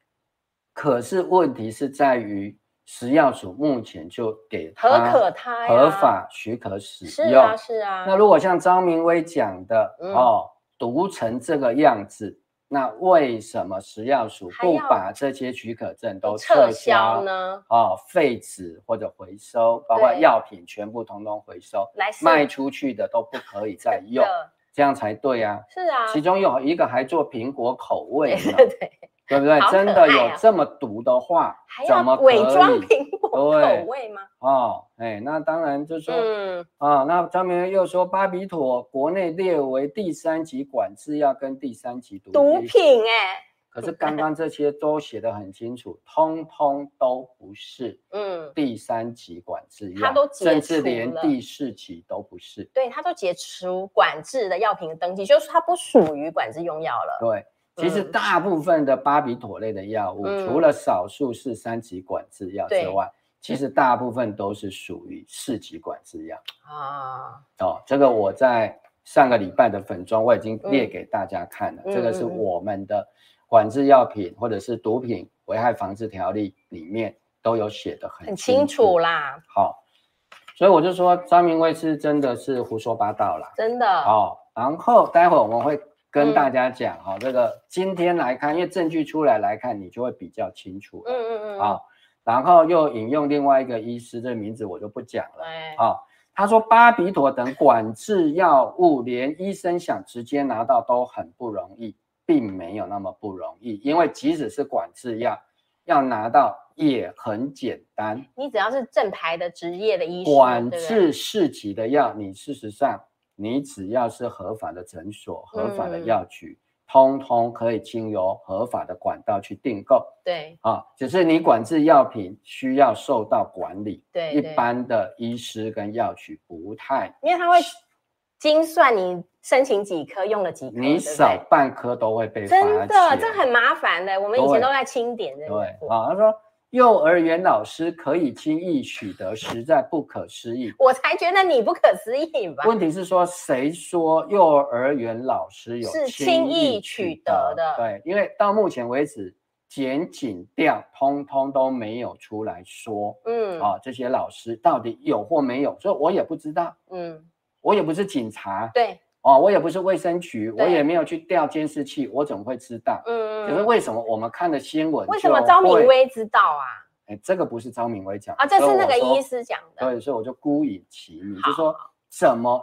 B: 可是问题是在于食药署目前就给
A: 何
B: 他
A: 可他呀
B: 合法许可使
A: 是
B: 用。
A: 啊是啊，
B: 那如果像张明威讲的、
A: 嗯
B: 哦，毒成这个样子，那为什么食药署
A: 还
B: 不
A: 要
B: 把这些许可证都
A: 撤
B: 撤
A: 销
B: 销？
A: 呢？
B: 哦，废止或者回收，包括
A: 对
B: 药品全部统统回收，
A: 来试
B: 卖出去的都不可以再用，
A: 的
B: 这样才对啊。
A: 是啊，
B: 其中有一个还做苹果口味呢，
A: 对对，
B: 对不对？
A: 好可
B: 真的
A: 爱
B: 有
A: 啊
B: 这么毒的话，
A: 还要
B: 怎么
A: 伪
B: 可
A: 装
B: 以
A: 苹果
B: 对
A: 口味吗？
B: 哦，哎，那当然就说啊、
A: 嗯，
B: 那张明又说巴比妥国内列为第三级管制药跟第三级毒
A: 毒品哎、
B: 可是刚刚这些都写得很清楚，通通都不是
A: 嗯，
B: 第三级管制
A: 它
B: 药
A: 都，解
B: 甚至
A: 除
B: 连
A: 了
B: 第四级都不是。
A: 对，它都解除管制的药品登记，就是它不属于管制用药了。
B: 对，其实
A: 嗯
B: 大部分的巴比妥类的药物，
A: 嗯
B: 除了少数是三级管制药之
A: 对
B: 外，其实大部分都是属于四级管制药。
A: 啊，
B: 哦，这个我在上个礼拜的粉妆我已经列
A: 嗯
B: 给大家看了，
A: 嗯
B: 这个是
A: 嗯嗯
B: 我们的管制药品或者是毒品危害防治条例里面都有写的很
A: 很清楚啦，
B: 好，所以我就说张明威是真的是胡说八道啦。
A: 真的。
B: 哦，然后待会我们会跟
A: 嗯
B: 大家讲哈、哦，这个今天来看，因为证据出来来看，你就会比较清楚了。
A: 嗯嗯嗯，
B: 啊、然后又引用另外一个医师的名字，我就不讲了。
A: 哎，
B: 啊、他说巴比妥等管制药物，连医生想直接拿到都很不容易，并没有那么不容易，因为即使是管制药，要拿到也很简单。
A: 你只要是正牌的职业的医师，
B: 管
A: 对不对
B: 制市级的药，你事实上你只要是合法的诊所、合法的
A: 嗯
B: 药局，通通可以经由合法的管道去订购
A: 对
B: 啊。只是你管制药品需要受到管理，
A: 对
B: 一
A: 对，
B: 般的医师跟药局不太，
A: 因为他会精算你申请几颗，用了几颗，
B: 你
A: 对不
B: 少
A: 对
B: 半颗都会被罚
A: 真的
B: 钱
A: 这很麻烦的。我们以前
B: 对
A: 都在清点的，
B: 对啊。他说。幼儿园老师可以轻易取得，实在不可思议。
A: 我才觉得你不可思议吧？
B: 问题是说，谁说幼儿园老师有
A: 是
B: 轻
A: 轻
B: 易
A: 易取
B: 得
A: 得的
B: 对，因为到目前为止，检警调通通都没有出来说
A: 嗯
B: 啊，这些老师到底有或没有，所以我也不知道，
A: 嗯，
B: 我也不是警察
A: 对，
B: 哦，我也不是卫生局，我
A: 对
B: 也没有去调监视器，我怎么会知道？
A: 嗯，
B: 可是为什么我们看的新闻
A: 为什么
B: 就
A: 张敏
B: 会？
A: 威知道啊？
B: 哎，这个不是张敏威讲
A: 啊，这
B: 所以
A: 是那
B: 我
A: 个
B: 说呃
A: 医师讲的，
B: 对，所以我就孤影其名，就说怎么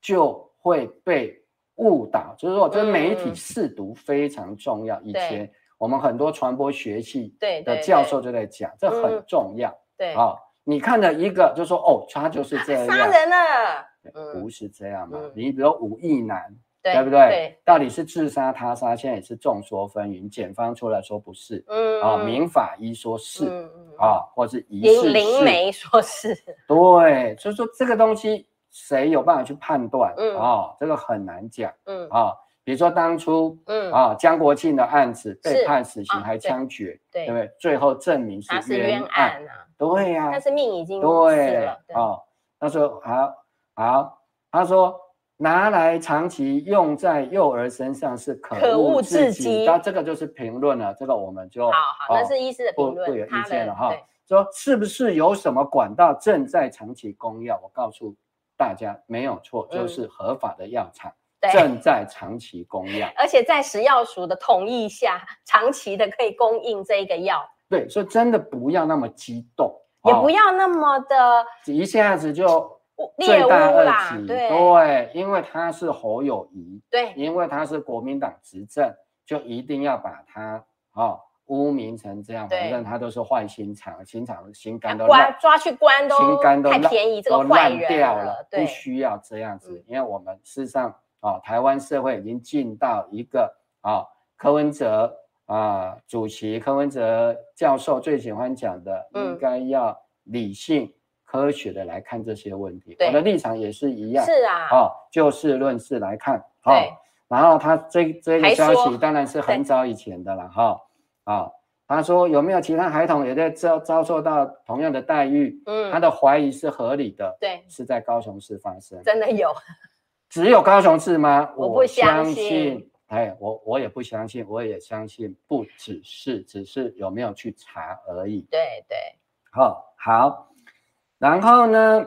B: 就会被误导？就是说，这媒体
A: 嗯
B: 试读非常重要。以
A: 对
B: 前我们很多传播学系
A: 对
B: 的
A: 对
B: 教
A: 对
B: 授就在讲，这很
A: 嗯
B: 重要
A: 对，
B: 啊。你看了一个就说哦，他就是这样，
A: 杀人了，
B: 对
A: 嗯
B: 不是这样嘛
A: 嗯？
B: 你比如武义男，
A: 对
B: 不
A: 对，
B: 到底是自杀他杀，现在也是众说纷纭。检方出来说不是
A: 嗯
B: 啊，民法医说是
A: 嗯嗯嗯
B: 啊，或是疑似
A: 林
B: 是
A: 林梅说是，
B: 对，所以说这个东西谁有办法去判断？
A: 嗯
B: 哦，这个很难讲
A: 嗯
B: 啊、比如说当初
A: 嗯，
B: 啊、江国庆的案子被
A: 是
B: 判死刑
A: 啊
B: 还
A: 对
B: 枪决，
A: 对
B: 不对？最后证明
A: 他
B: 是
A: 是
B: 冤
A: 冤
B: 案，哦
A: 案啊，
B: 对呀、
A: 但是命已经死
B: 对
A: 了，对
B: 哦，他说好好，他说拿来长期用在幼儿身上是可
A: 可恶
B: 恶
A: 至
B: 至
A: 极
B: 极。那这个就是评论了，这个我们就
A: 好好，那是医师的
B: 哦不
A: 评
B: 不有
A: 论，
B: 意
A: 他
B: 见
A: 的
B: 了哈
A: 对。
B: 说是不是有什么管道正在长期供药？我告诉大家，没有错，
A: 嗯
B: 就是合法的药厂、
A: 对，
B: 正在长期供 药。
A: 而且在食药署的同意下，长期的可以供应这一个药，
B: 对，所以真的不要那么激动，
A: 也不
B: 要、
A: 要那么的
B: 一下子就罪
A: 猎巫
B: 大恶
A: 啦
B: 极。，
A: 对
B: 对，因为他是侯友谊，
A: 对，
B: 因为他是国民党执政，就一定要把他哦污名成这样，
A: 对
B: 反正他都是坏心肠，心肠心肝都
A: 抓
B: 烂，
A: 抓去关都
B: 心肝都
A: 太
B: 烂
A: 便宜这个
B: 都
A: 坏
B: 烂
A: 人
B: 掉
A: 了对
B: 不需要这样子
A: 嗯，
B: 因为我们事实上啊、哦台湾社会已经进到一个啊、哦柯文哲啊、主席柯文哲教授最喜欢讲的，
A: 嗯
B: 应该要理性。科学的来看这些问题，
A: 对
B: 我的立场也是一样，
A: 是啊，
B: 哦，就事论事来看，哦
A: 对，
B: 然后他这这
A: 还
B: 个消
A: 说
B: 息当然是很
A: 对
B: 早以前的了哈，啊、他说有没有其他孩童也在遭遭受到同样的待遇？他
A: 嗯，
B: 的怀疑是合理的，
A: 对，
B: 是在高雄市发生，
A: 真的有，
B: 只有高雄市吗？
A: 我不相
B: 相
A: 信
B: 哎，我我也不相信，我也相信不只是只是有没有去查而已。
A: 对对，
B: 好、好，然后呢，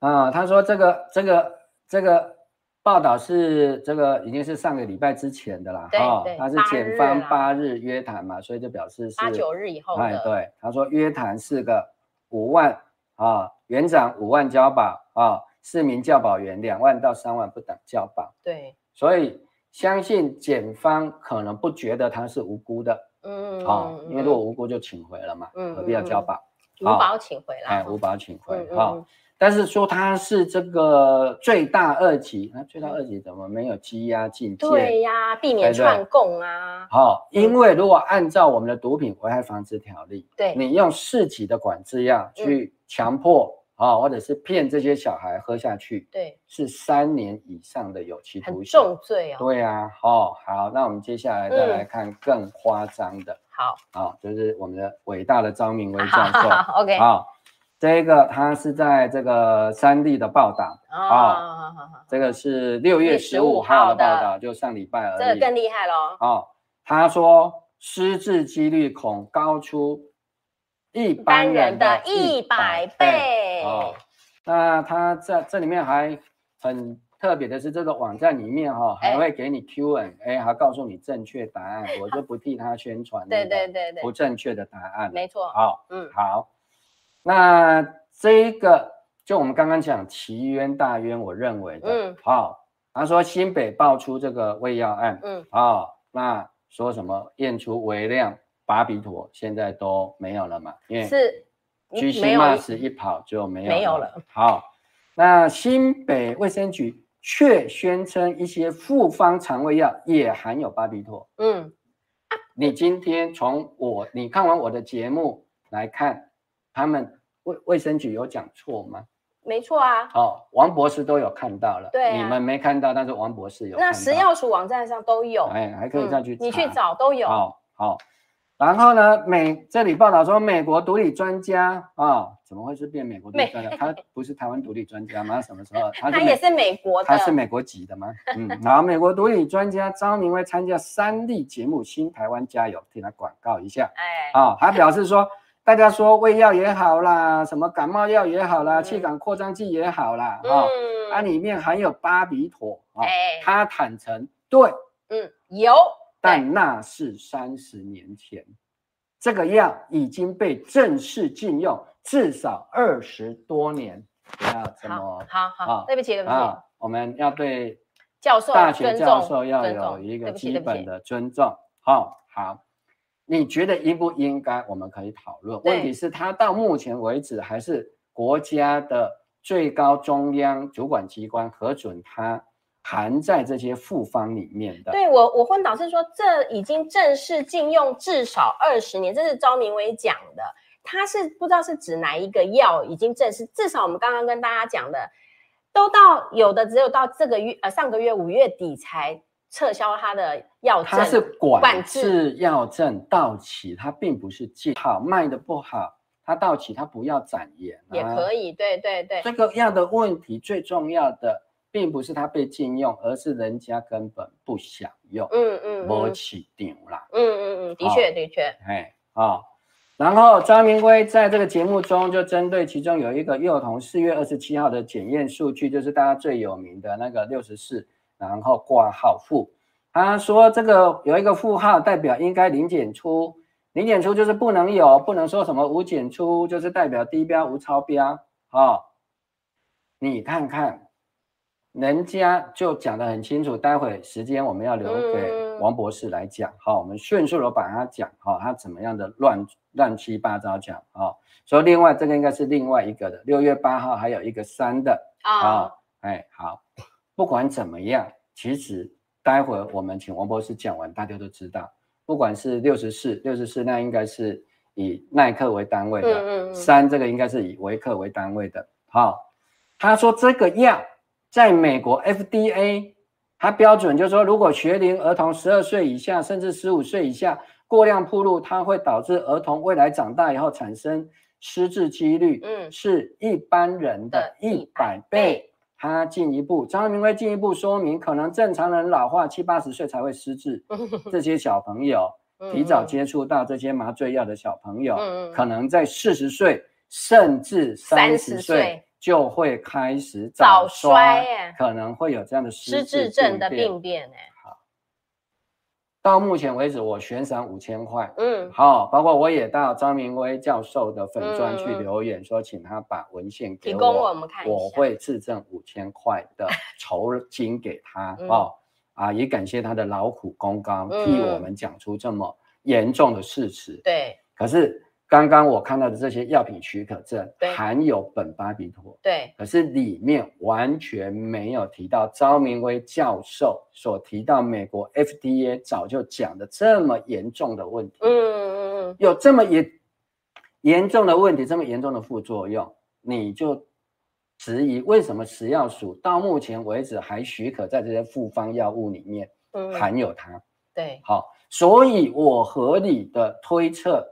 B: 啊、他说这个这个这个报道是这个已经是上个礼拜之前的啦，
A: 对
B: 哈
A: 对
B: 他是
A: 八日
B: 检方
A: 啦
B: 八日约谈嘛，所以就表示是
A: 八九日以后
B: 哎，
A: 的，
B: 对，他说约谈是个五万啊，园长五万交保啊，市民教保员两万到三万不等教保，
A: 对，
B: 所以相信检方可能不觉得他是无辜的
A: 嗯，
B: 啊，因为如果
A: 嗯
B: 无辜就请回了嘛，
A: 嗯
B: 何必要
A: 嗯
B: 交
A: 嗯
B: 保？
A: 五
B: 啊
A: 保请回来
B: 哎，
A: 哈，
B: 五保请回
A: 嗯
B: 哈、
A: 嗯嗯
B: 但是说他是这个罪大恶极，那、罪大恶极怎么没有羁押禁戒？
A: 对呀，避免
B: 哎对
A: 串供啊，
B: 好、因为如果按照我们的毒品危害防治条例，
A: 对，
B: 你用市级的管制
A: 嗯
B: 药去强迫啊、或者是骗这些小孩喝下去，
A: 对，
B: 是三年以上的有期
A: 很
B: 徒刑。
A: 重罪哦，
B: 对啊，哦，好，那我们接下来再
A: 嗯
B: 来看更夸张的
A: 好，
B: 啊、就是我们的伟大的张明威教
A: 好
B: 授
A: 好好，OK，
B: 啊、这个他是在这个三立的报道，
A: 啊，好好好
B: 这个是六月十五号的报道，就上礼拜而已。
A: 这个更厉害喽，
B: 哦，他说失智几率恐高出一
A: 一般
B: 般
A: 人
B: 人
A: 的
B: 的
A: 一百
B: 100
A: 倍，
B: 哦，那他在这里面还很特别的是，这个网站里面哈、
A: 哎
B: 还会给你 Q&A，还告诉你正确答案，我就不替他宣传
A: 对
B: 那个
A: 对对对
B: 不，正确的答案。
A: 没错，
B: 好、
A: 嗯，
B: 好，那这一个就我们刚刚讲奇冤大冤，我认为的，
A: 嗯
B: 好、他说新北爆出这个胃药案，
A: 嗯，
B: 哦，那说什么验出微量巴比妥，现在都没有了嘛，因为
A: 是
B: 居
A: 没
B: 西
A: 有
B: 马斯一跑就没有
A: 没有了
B: 了。好，那新北卫生局却宣称一些复方肠胃药也含有巴比妥，
A: 嗯，
B: 你今天从我你看完我的节目来看，他们卫卫生局有讲错吗？
A: 没错啊。
B: 哦，王博士都有看到了，
A: 对啊
B: 你们没看到，但是王博士有看到。
A: 那食药署网站上都有，
B: 哎，还可以再去、
A: 嗯你去。找都有。
B: 哦，好、然后呢，美这里报道说，美国独立专家啊、哦怎么会是变美国独立专家？他不是台湾独立专家吗？什么时 候？他
A: 他
B: 美
A: 也是美国的，
B: 他是美国籍的吗？嗯，然后美国独立专家张明威参加三立节目《新台湾加油》，替他广告一下。
A: 哎，
B: 啊、他表示说，大家说胃药也好啦，什么感冒药也好啦，
A: 嗯
B: 气管扩张剂也好啦，啊、
A: 嗯，
B: 它里面含有巴比妥啊、
A: 哎，
B: 他坦诚，对，
A: 嗯有，
B: 但那是三十年前，这个药已经被正式禁用至少二十多年，不要这
A: 好
B: 么
A: 好好
B: 啊，
A: 对不起对不起，
B: 啊，我们要对
A: 教授
B: 大学
A: 尊
B: 教
A: 重，
B: 授要
A: 尊
B: 有
A: 重
B: 一个
A: 对不起
B: 基
A: 对不
B: 本
A: 起，
B: 的尊重。好、好，你觉得应不应该？我们可以讨论。
A: 对
B: 问题是，它到目前为止还是国家的最高中央主管机关核准它含在这些复方里面的。
A: 对我我昏倒是说，这已经正式禁用至少二十年，这是招明威讲的。他是不知道是指哪一个药已经正式，至少我们刚刚跟大家讲的，都到有的只有到这个月呃上个月五月底才撤销他的药证，
B: 它是
A: 管
B: 管
A: 制
B: 制药证到期，它并不是禁好卖的不好，它到期它不要展延、啊。
A: 也可以，对对对，
B: 这个药的问题最重要的，并不是它被禁用，而是人家根本不想用，
A: 嗯嗯，
B: 没
A: 嗯
B: 起定啦，
A: 嗯嗯嗯，的确的确，
B: 哎啊、然后张明辉在这个节目中就针对其中有一个幼童四月二十七号的检验数据，就是大家最有名的那个六十四，然后挂号负，他说这个有一个负号代表应该零检出，零检出就是不能有，不能说什么无检出，就是代表低标无超标哦。你看看，人家就讲得很清楚，待会时间我们要留给
A: 嗯
B: 王博士来讲哈、我们迅速的把它讲哈、他怎么样的乱乱七八糟讲哈、所以另外这个应该是另外一个的，六月八号还有一个三的，啊、
A: 啊，
B: 哎，好，不管怎么样，其实待会儿我们请王博士讲完，大家都知道，不管是六十四、六十四，那应该是以耐克为单位的，
A: 嗯嗯嗯，
B: 三、这个应该是以维克为单位的。好、他说这个药在美国 FDA，它标准就是说，如果学龄儿童十二岁以下，甚至十五岁以下过量铺路，它会导致儿童未来长大以后产生失智几率，
A: 嗯
B: 是一般人的
A: 的
B: 一百
A: 100
B: 倍
A: 倍。
B: 他进一步，张明辉进一步说明，可能正常人老化七八十岁才会失智，
A: 嗯
B: 这些小朋友提早接触到这些麻醉药的小朋友，
A: 嗯嗯
B: 可能在四十岁甚至三
A: 30
B: 十岁
A: 岁
B: 就会开始
A: 早
B: 衰
A: 衰耶
B: 可能会有这样的
A: 失
B: 失
A: 智症的病。变哎，
B: 到目前为止，我悬赏五千块。
A: 嗯
B: 好，包括我也到张明威教授的粉专去
A: 嗯嗯嗯
B: 留言，说请他把文献给
A: 提
B: 我，
A: 供我们看一下
B: 我会自赠五千块的酬金给他、
A: 嗯
B: 哦。啊，也感谢他的劳苦功高，
A: 嗯
B: 替我们讲出这么严重的事实。
A: 对
B: 可是刚刚我看到的这些药品许可证
A: 对
B: 含有苯巴比妥，
A: 对，
B: 可是里面完全没有提到张明威教授所提到美国 FDA 早就讲的这么严重的问题，
A: 嗯嗯嗯
B: 有这么严严重的问题，这么严重的副作用，你就。质疑为什么食药署到目前为止还许可在这些复方药物里面
A: 嗯，嗯
B: 含有它？
A: 对，
B: 好，所以我合理的推测，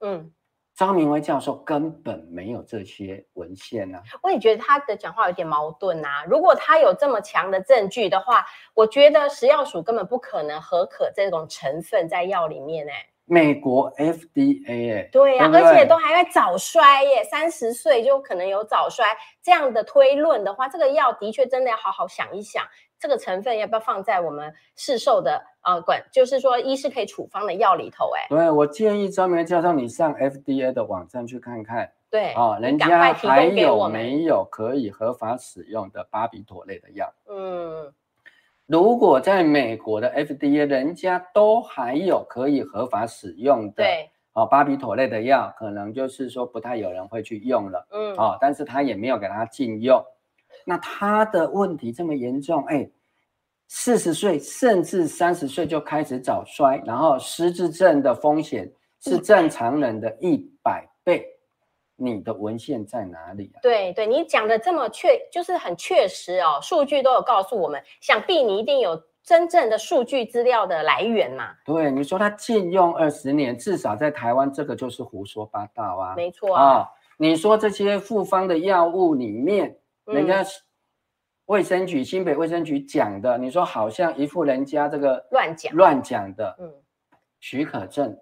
A: 嗯，
B: 张明威教授根本没有这些文献啊。
A: 我也觉得他的讲话有点矛盾啊。如果他有这么强的证据的话，我觉得食药署根本不可能合可这种成分在药里面哎。
B: 美国 FDA 哎、
A: 对呀、
B: 对不
A: 而且
B: 对
A: 都还在早衰耶，三十岁就可能有早衰这样的推论的话，这个药的确真的要好好想一想，这个成分要不要放在我们市售的呃管，就是说医师可以处方的药里头？哎，
B: 对我建议张明威教授你上 FDA 的网站去看看
A: 对，
B: 啊、
A: 你
B: 人
A: 赶快
B: 家
A: 提
B: 还
A: 供给我
B: 有
A: 们。
B: 没有可以合法使用的巴比妥类的药？
A: 嗯，
B: 如果在美国的 FDA，人家都还有可以合法使用的
A: 对，
B: 哦，巴比妥类的药，可能就是说不太有人会去用了。
A: 嗯，
B: 哦，但是他也没有给他禁用。那他的问题这么严重，哎，四十岁甚至三十岁就开始早衰，然后失智症的风险是
A: 嗯
B: 正常人的一百倍。你的文献在哪里啊？
A: 对对，你讲的这么确，就是很确实哦，数据都有告诉我们，想必你一定有真正的数据资料的来源嘛，
B: 对，你说他禁用二十年，至少在台湾这个就是胡说八道啊！
A: 没错
B: 啊、
A: 啊，
B: 你说这些复方的药物里面，
A: 嗯
B: 人家卫生局、新北卫生局讲的，你说好像一副人家这个
A: 乱讲，
B: 乱讲的
A: 嗯
B: 许可证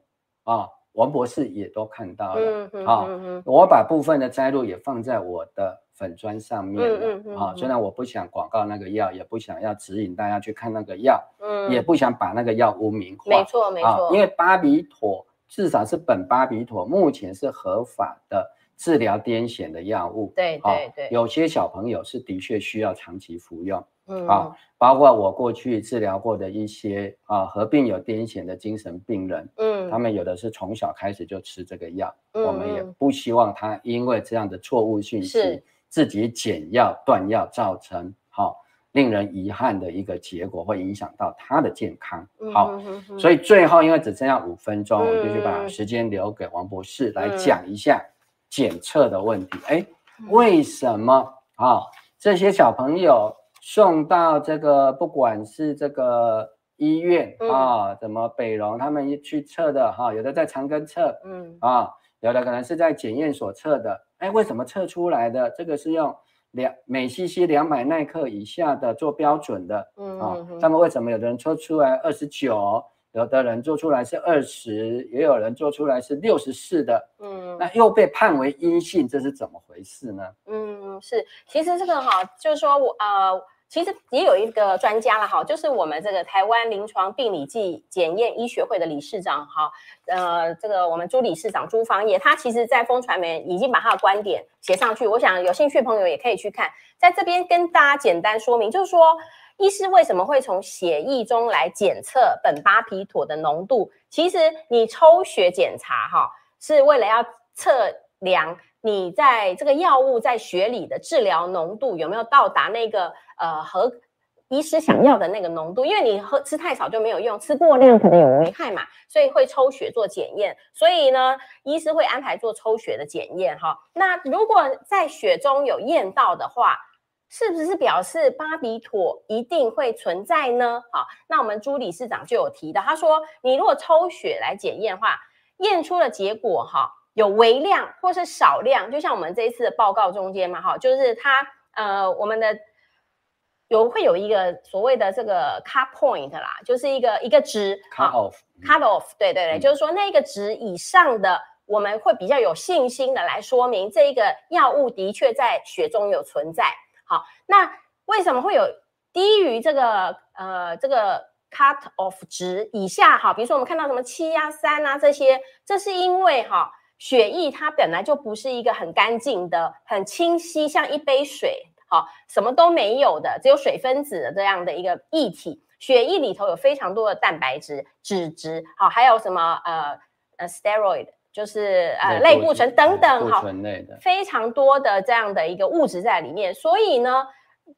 B: 啊、王博士也都看到了。
A: 嗯嗯
B: 啊
A: 嗯嗯
B: 我把部分的摘录也放在我的粉砖上面了啊、
A: 嗯嗯嗯嗯
B: 虽然我不想广告那个药，也不想要指引大家去看那个药，
A: 嗯，
B: 也不想把那个药污名化。啊
A: 没错没错，
B: 因为巴比妥至少是苯巴比妥，目前是合法的治疗癫痫的药物。
A: 对
B: 啊
A: 对对，
B: 有些小朋友是的确需要长期服用。
A: 嗯
B: 啊包括我过去治疗过的一些啊合并有癫痫的精神病人，
A: 嗯，
B: 他们有的是从小开始就吃这个药，
A: 嗯
B: 我们也
A: 嗯
B: 不希望他因为这样的错误讯息
A: 是
B: 自己减药断药，造成好、令人遗憾的一个结果，会影响到他的健康。
A: 嗯
B: 好、所
A: 以
B: 以最后因为只剩下五分钟，我们就去把
A: 嗯
B: 时间留给王博士来
A: 嗯
B: 讲一下检测的问题。哎、为什么啊、这些小朋友送到这个不管是这个医院
A: 嗯
B: 啊，什么北荣他们去测的哈、有的在长庚测
A: 嗯
B: 啊，有的可能是在检验所测的。哎，为什么测出来的这个是用两每 CC 两百耐克以下的做标准的
A: 嗯
B: 啊、
A: 嗯哼
B: 他们为什么有的人做出来二十九，有的人做出来是二十，也有人做出来是六十四的，
A: 嗯
B: 那又被判为阴性，这是怎么回事呢？
A: 嗯，是，其实这个哈，就是说我呃，其实也有一个专家了哈，就是我们这个台湾临床病理暨检验医学会的理事长哈，呃，这个我们朱理事长朱芳叶，他其实在风传媒已经把他的观点写上去，我想有兴趣的朋友也可以去看，在这边跟大家简单说明，就是说。医师为什么会从血液中来检测苯巴比妥的浓度？其实你抽血检查哈，是为了要测量你在这个药物在血里的治疗浓度有没有到达那个呃和医师想要的那个浓度，因为你喝吃太少就没有用，吃过量可能有危害嘛，所以会抽血做检验。所以呢，医师会安排做抽血的检验哈。那如果在血中有验到的话，是不是表示巴比妥一定会存在呢？好，那我们朱理事长就有提到，他说你如果抽血来检验的话，验出的结果哈有微量或是少量，就像我们这一次的报告中间嘛哈，就是它呃我们的有会有一个所谓的这个 cut point 啦，就是一个一个值哈
B: cut off，嗯
A: cut off，对对对，
B: 嗯
A: 就是说那个值以上的，我们会比较有信心的来说明这一个药物的确在血中有存在。好，那为什么会有低于这个呃这个 cut off 值以下？哈，比如说我们看到什么七啊、三啊这些，这是因为哈。血液它本来就不是一个很干净的、很清晰，像一杯水，好，什么都没有的，只有水分子的这样的一个液体。血液里头有非常多的蛋白质、脂质，好，还有什么呃呃 steroid，就是呃类固醇等等，
B: 类固
A: 好，
B: 醇类的，
A: 非常多的这样的一个物质在里面。所以呢，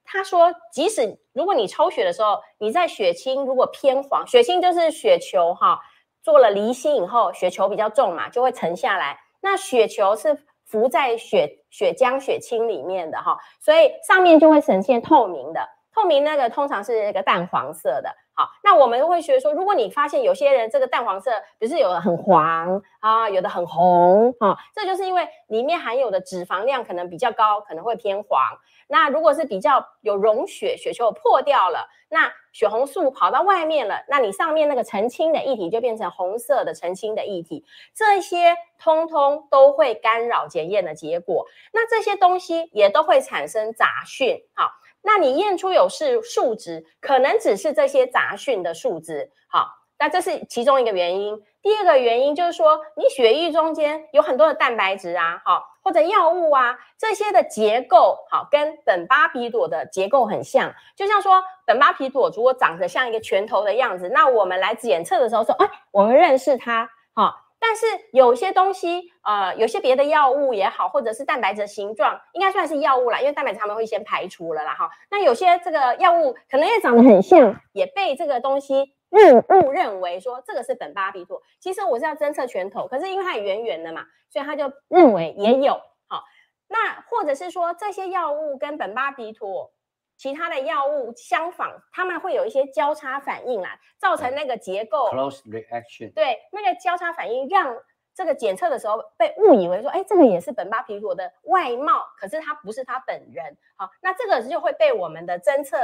A: 他说，即使如果你抽血的时候，你在血清如果偏黄，血清就是血球哈，做了离心以后，血球比较重嘛，就会沉下来。那血球是浮在血血浆、血清里面的哈，所以上面就会呈现透明的。透明那个通常是那个淡黄色的，好，那我们会学说，如果你发现有些人这个淡黄色，比如是有的很黄啊，有的很红啊，这就是因为里面含有的脂肪量可能比较高，可能会偏黄。那如果是比较有溶血，血球破掉了，那血红素跑到外面了，那你上面那个澄清的液体就变成红色的澄清的液体，这些通通都会干扰检验的结果。那这些东西也都会产生杂讯，好。那你验出有是数值，可能只是这些杂讯的数值，好，那这是其中一个原因。第二个原因就是说，你血液中间有很多的蛋白质啊，好，或者药物啊，这些的结构好跟苯巴比妥的结构很像，就像说苯巴比妥如果长得像一个拳头的样子，那我们来检测的时候说，哎，我们认识它，好、但是有些东西，呃，有些别的药物也好，或者是蛋白质的形状，应该算是药物啦，因为蛋白质他们会先排除了啦哈。那有些这个药物可能也长得很像，也被这个东西误误认为说这个是苯巴比妥，其实我是要侦测拳头，可是因为它也圆圆的嘛，所以他就认为也有好、那或者是说这些药物跟苯巴比妥。其他的药物相仿，它们会有一些交叉反应啦，造成那个结构
B: close reaction，
A: 对，那个交叉反应让这个检测的时候被误以为说，哎，这个也是本巴皮果的外貌，可是它不是他本人。好，那这个就会被我们的侦测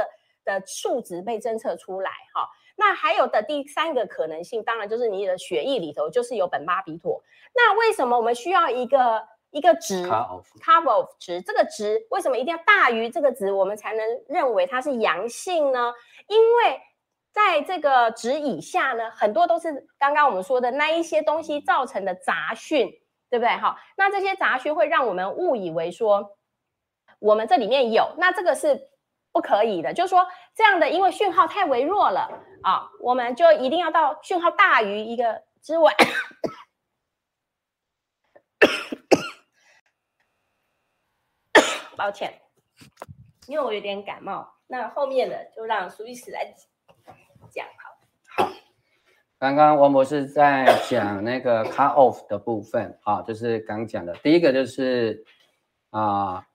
A: 的数值被侦测出来。好，那还有的第三个可能性，当然就是你的血液里头就是有本巴比妥。那为什么我们需要一个一个值
B: cut off，
A: cover of 值，这个值为什么一定要大于这个值，我们才能认为它是阳性呢？因为在这个值以下呢，很多都是刚刚我们说的那一些东西造成的杂讯，对不对？哈，那这些杂讯会让我们误以为说我们这里面有，那这个是不可以的。就是说这样的，因为讯号太微弱了啊，我们就一定要到讯号大于一个之外，抱歉，因为我有点感冒。那后面的就让苏医师来讲好。
B: 刚刚王博士在讲那个 cut off 的部分啊，就是刚讲的第一个就是啊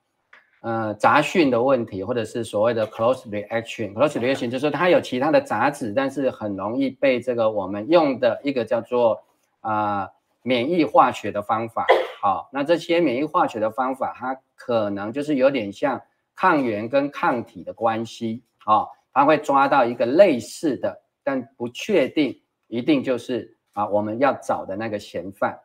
B: 呃杂讯的问题，或者是所谓的 close reaction。close reaction 就是它有其他的杂质，但是很容易被这个我们用的一个叫做啊、免疫化学的方法。好，那这些免疫化学的方法，它可能就是有点像抗原跟抗体的关系啊、哦，它会抓到一个类似的，但不确定一定就是啊我们要找的那个嫌犯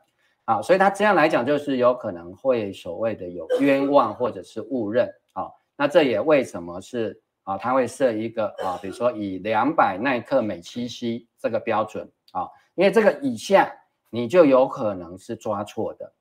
B: 啊，所以它这样来讲就是有可能会所谓的有冤枉或者是误认啊、哦，那这也为什么是啊它会设一个啊，比如说以两百耐克每七 C 这个标准啊，因为这个以下你就有可能是抓错的。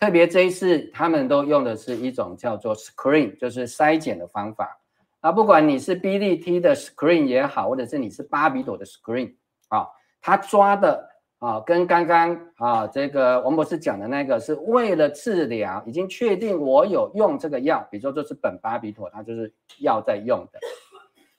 B: 特别这一次，他们都用的是一种叫做 screen，就是筛检的方法。那不管你是 BDT 的 screen 也好，或者是你是巴比朵的 screen 啊，他抓的啊，跟刚刚啊这个王博士讲的那个是为了治疗，已经确定我有用这个药，比如说这是苯巴比妥，它就是药在用的。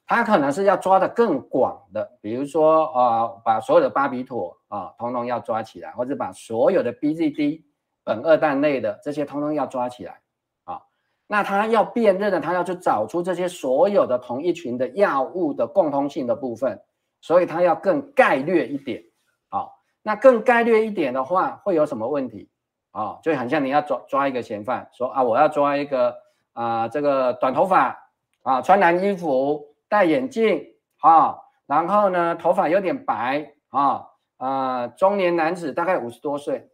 B: 它可能是要抓的更广的，比如说啊、呃，把所有的巴比妥啊，通通要抓起来，或者把所有的 BZD。苯二氮类的这些通通要抓起来啊！那他要辨认的，他要去找出这些所有的同一群的药物的共通性的部分，所以他要更概略一点啊。那更概略一点的话，会有什么问题啊？就很像你要抓抓一个嫌犯，说啊，我要抓一个啊、呃，这个短头发啊，穿蓝衣服，戴眼镜啊，然后呢，头发有点白啊啊、呃，中年男子，大概五十多岁。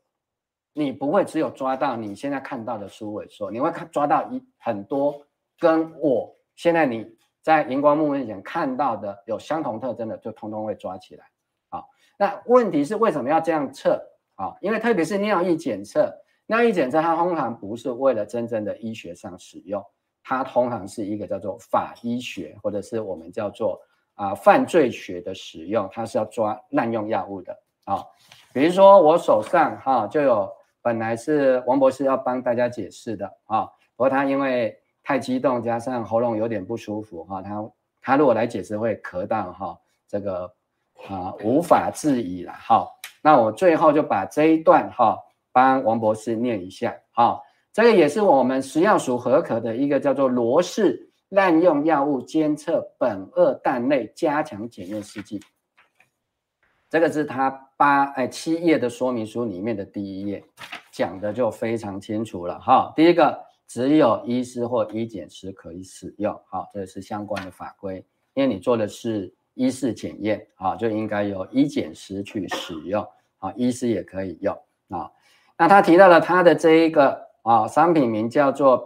B: 你不会只有抓到你现在看到的苏伟硕，你会看抓到一很多跟我现在你在荧光幕面前看到的有相同特征的，就通通会抓起来。好，那问题是为什么要这样测？啊，因为特别是尿液检测，尿液检测它通常不是为了真正的医学上使用，它通常是一个叫做法医学或者是我们叫做啊、呃、犯罪学的使用，它是要抓滥用药物的。啊，比如说我手上哈、啊、就有。本来是王博士要帮大家解释的啊，不过他因为太激动，加上喉咙有点不舒服哈、啊，他他如果来解释会咳到哈、啊，这个啊无法置疑了哈、啊。那我最后就把这一段哈帮王博士念一下哈，这个也是我们食药署合可的一个叫做罗氏滥用药物监测苯二氮类加强检验试剂，这个是他八哎七页的说明书里面的第一页。讲的就非常清楚了哈。第一个，只有医师或医检师可以使用，好，这是相关的法规。因为你做的是医事检验啊，就应该由医检师去使用啊，医师也可以用啊。那他提到了他的这一个啊，商品名叫做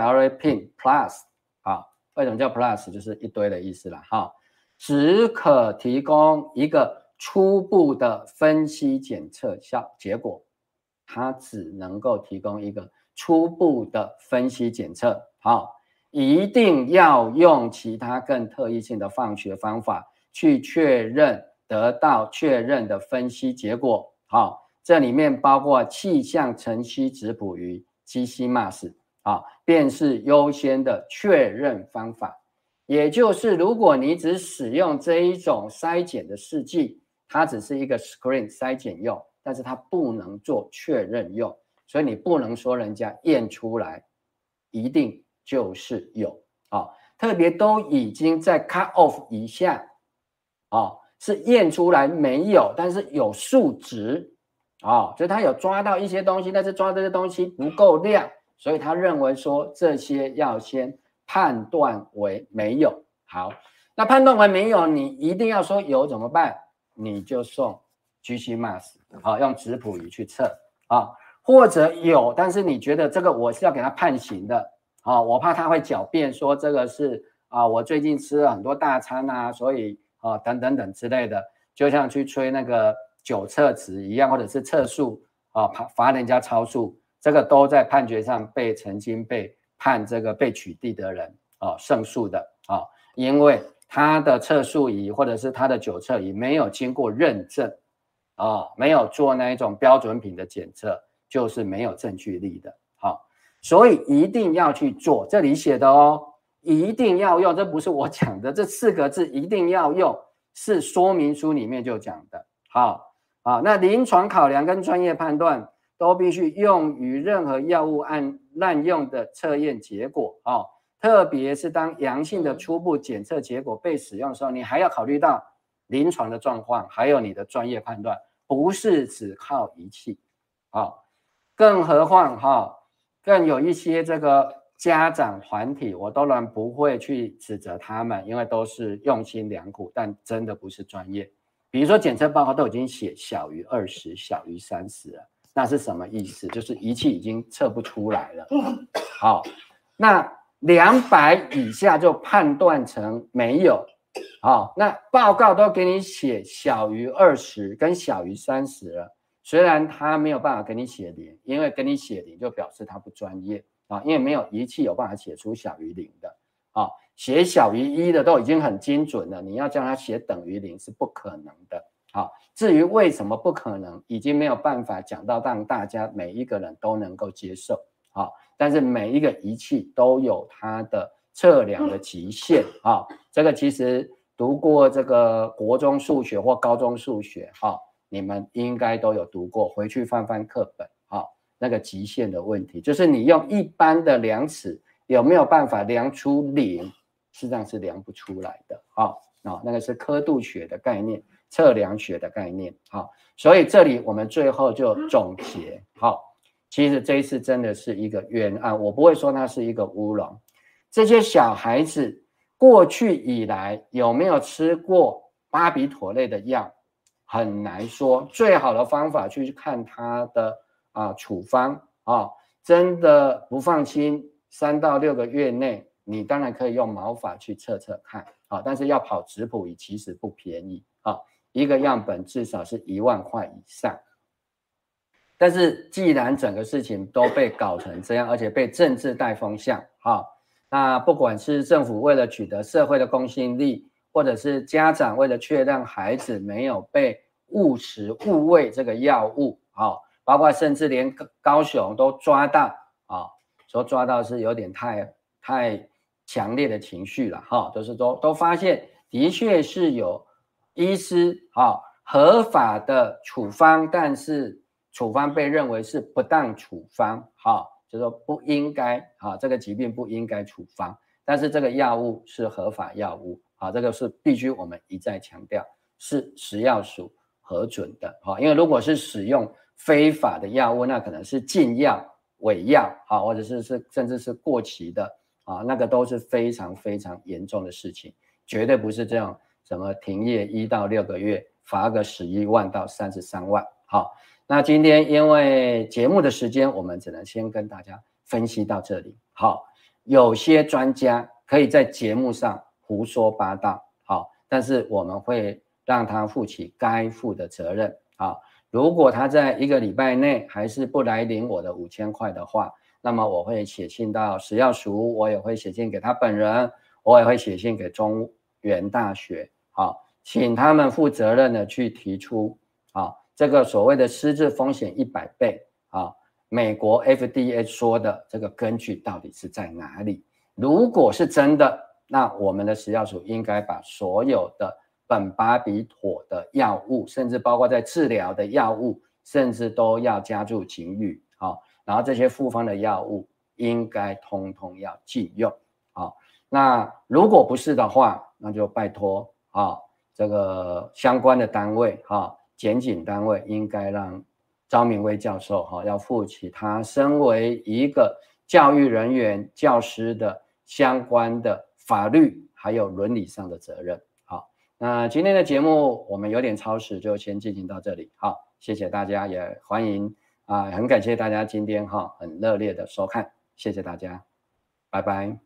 B: Benadryl Plus 啊，为什么叫 Plus？就是一堆的意思了哈。只可提供一个初步的分析检测效结果。它只能够提供一个初步的分析检测，好，一定要用其他更特异性的放血方法去确认得到确认的分析结果，好，这里面包括气象晨析质谱仪、基西 mas 啊，便是优先的确认方法。也就是如果你只使用这一种筛检的试剂，它只是一个 screen 筛检用。但是它不能做确认用，所以你不能说人家验出来一定就是有啊、哦，特别都已经在 cut off 以下啊、哦，是验出来没有，但是有数值啊、哦，所以他有抓到一些东西，但是抓这些东西不够量，所以他认为说这些要先判断为没有。好，那判断为没有，你一定要说有怎么办？你就送。GC mass 啊，用质谱仪去测啊，或者有，但是你觉得这个我是要给他判刑的啊，我怕他会狡辩说这个是啊，我最近吃了很多大餐啊，所以啊等等等之类的，就像去吹那个酒测值一样，或者是测速啊罚罚人家超速，这个都在判决上被曾经被判这个被取缔的人啊胜诉的啊，因为他的测速仪或者是他的酒测仪没有经过认证。啊、哦，没有做那一种标准品的检测，就是没有证据力的。好、哦，所以一定要去做。这里写的哦，一定要用，这不是我讲的，这四个字一定要用，是说明书里面就讲的。好、哦，啊，那临床考量跟专业判断都必须用于任何药物按滥用的测验结果。哦，特别是当阳性的初步检测结果被使用的时候，你还要考虑到。临床的状况，还有你的专业判断，不是只靠仪器啊、哦。更何况哈、哦，更有一些这个家长团体，我当然不会去指责他们，因为都是用心良苦，但真的不是专业。比如说检测报告都已经写小于二十、小于三十了，那是什么意思？就是仪器已经测不出来了。好，那两百以下就判断成没有。好，那报告都给你写小于二十跟小于三十了，虽然他没有办法给你写零，因为给你写零就表示他不专业。啊，因为没有仪器有办法写出小于零的，啊，写小于一的都已经很精准了，你要叫他写等于零是不可能的。好，至于为什么不可能，已经没有办法讲到让大家每一个人都能够接受。好，但是每一个仪器都有它的测量的极限啊，这个其实读过这个国中数学或高中数学啊哈，你们应该都有读过，回去翻翻课本。那个极限的问题，就是你用一般的量尺有没有办法量出零，实际上是量不出来的。好、哦，哦，那个是刻度学的概念，测量学的概念。好、哦，所以这里我们最后就总结。好、哦，其实这一次真的是一个冤案，我不会说它是一个乌龙。这些小孩子过去以来有没有吃过巴比妥类的药，很难说。最好的方法去看他的。啊，处方啊、哦，真的不放心，三到六个月内，你当然可以用毛发去测测看啊、哦，但是要跑质谱仪其实不便宜啊、哦，一个样本至少是一万块以上。但是既然整个事情都被搞成这样，而且被政治带风向啊，那不管是政府为了取得社会的公信力，或者是家长为了确认孩子没有被误食误喂这个药物啊。包括甚至连高雄都抓到啊、哦，说抓到是有点太太强烈的情绪了哈、哦，就是都都发现的确是有医师啊、哦、合法的处方，但是处方被认为是不当处方哈，就说不应该啊这个疾病不应该处方，但是这个药物是合法药物啊，这个是必须我们一再强调是食药署核准的哈，因为如果是使用。非法的药物，那可能是禁药、伪药，啊，或者是是甚至是过期的啊，那个都是非常非常严重的事情，绝对不是这样什么停业一到六个月，罚个十一万到三十三万。好，那今天因为节目的时间，我们只能先跟大家分析到这里。好，有些专家可以在节目上胡说八道，好，但是我们会让他负起该负的责任，好。如果他在一个礼拜内还是不来领我的五千块的话，那么我会写信到食药署，我也会写信给他本人，我也会写信给中原大学，好，请他们负责任的去提出，啊，这个所谓的失智风险一百倍，啊，美国 FDA 说的这个根据到底是在哪里？如果是真的，那我们的食药署应该把所有的。苯巴比妥的药物，甚至包括在治疗的药物，甚至都要加注情语。好、哦，然后这些复方的药物应该通通要禁用。好、哦，那如果不是的话，那就拜托啊、哦，这个相关的单位哈，检警单位应该让张明威教授哈，要负起他身为一个教育人员、教师的相关的法律还有伦理上的责任。那今天的节目我们有点超时，就先进行到这里。好，谢谢大家，也欢迎啊、呃，很感谢大家今天哈、哦、很热烈的收看，谢谢大家，拜拜。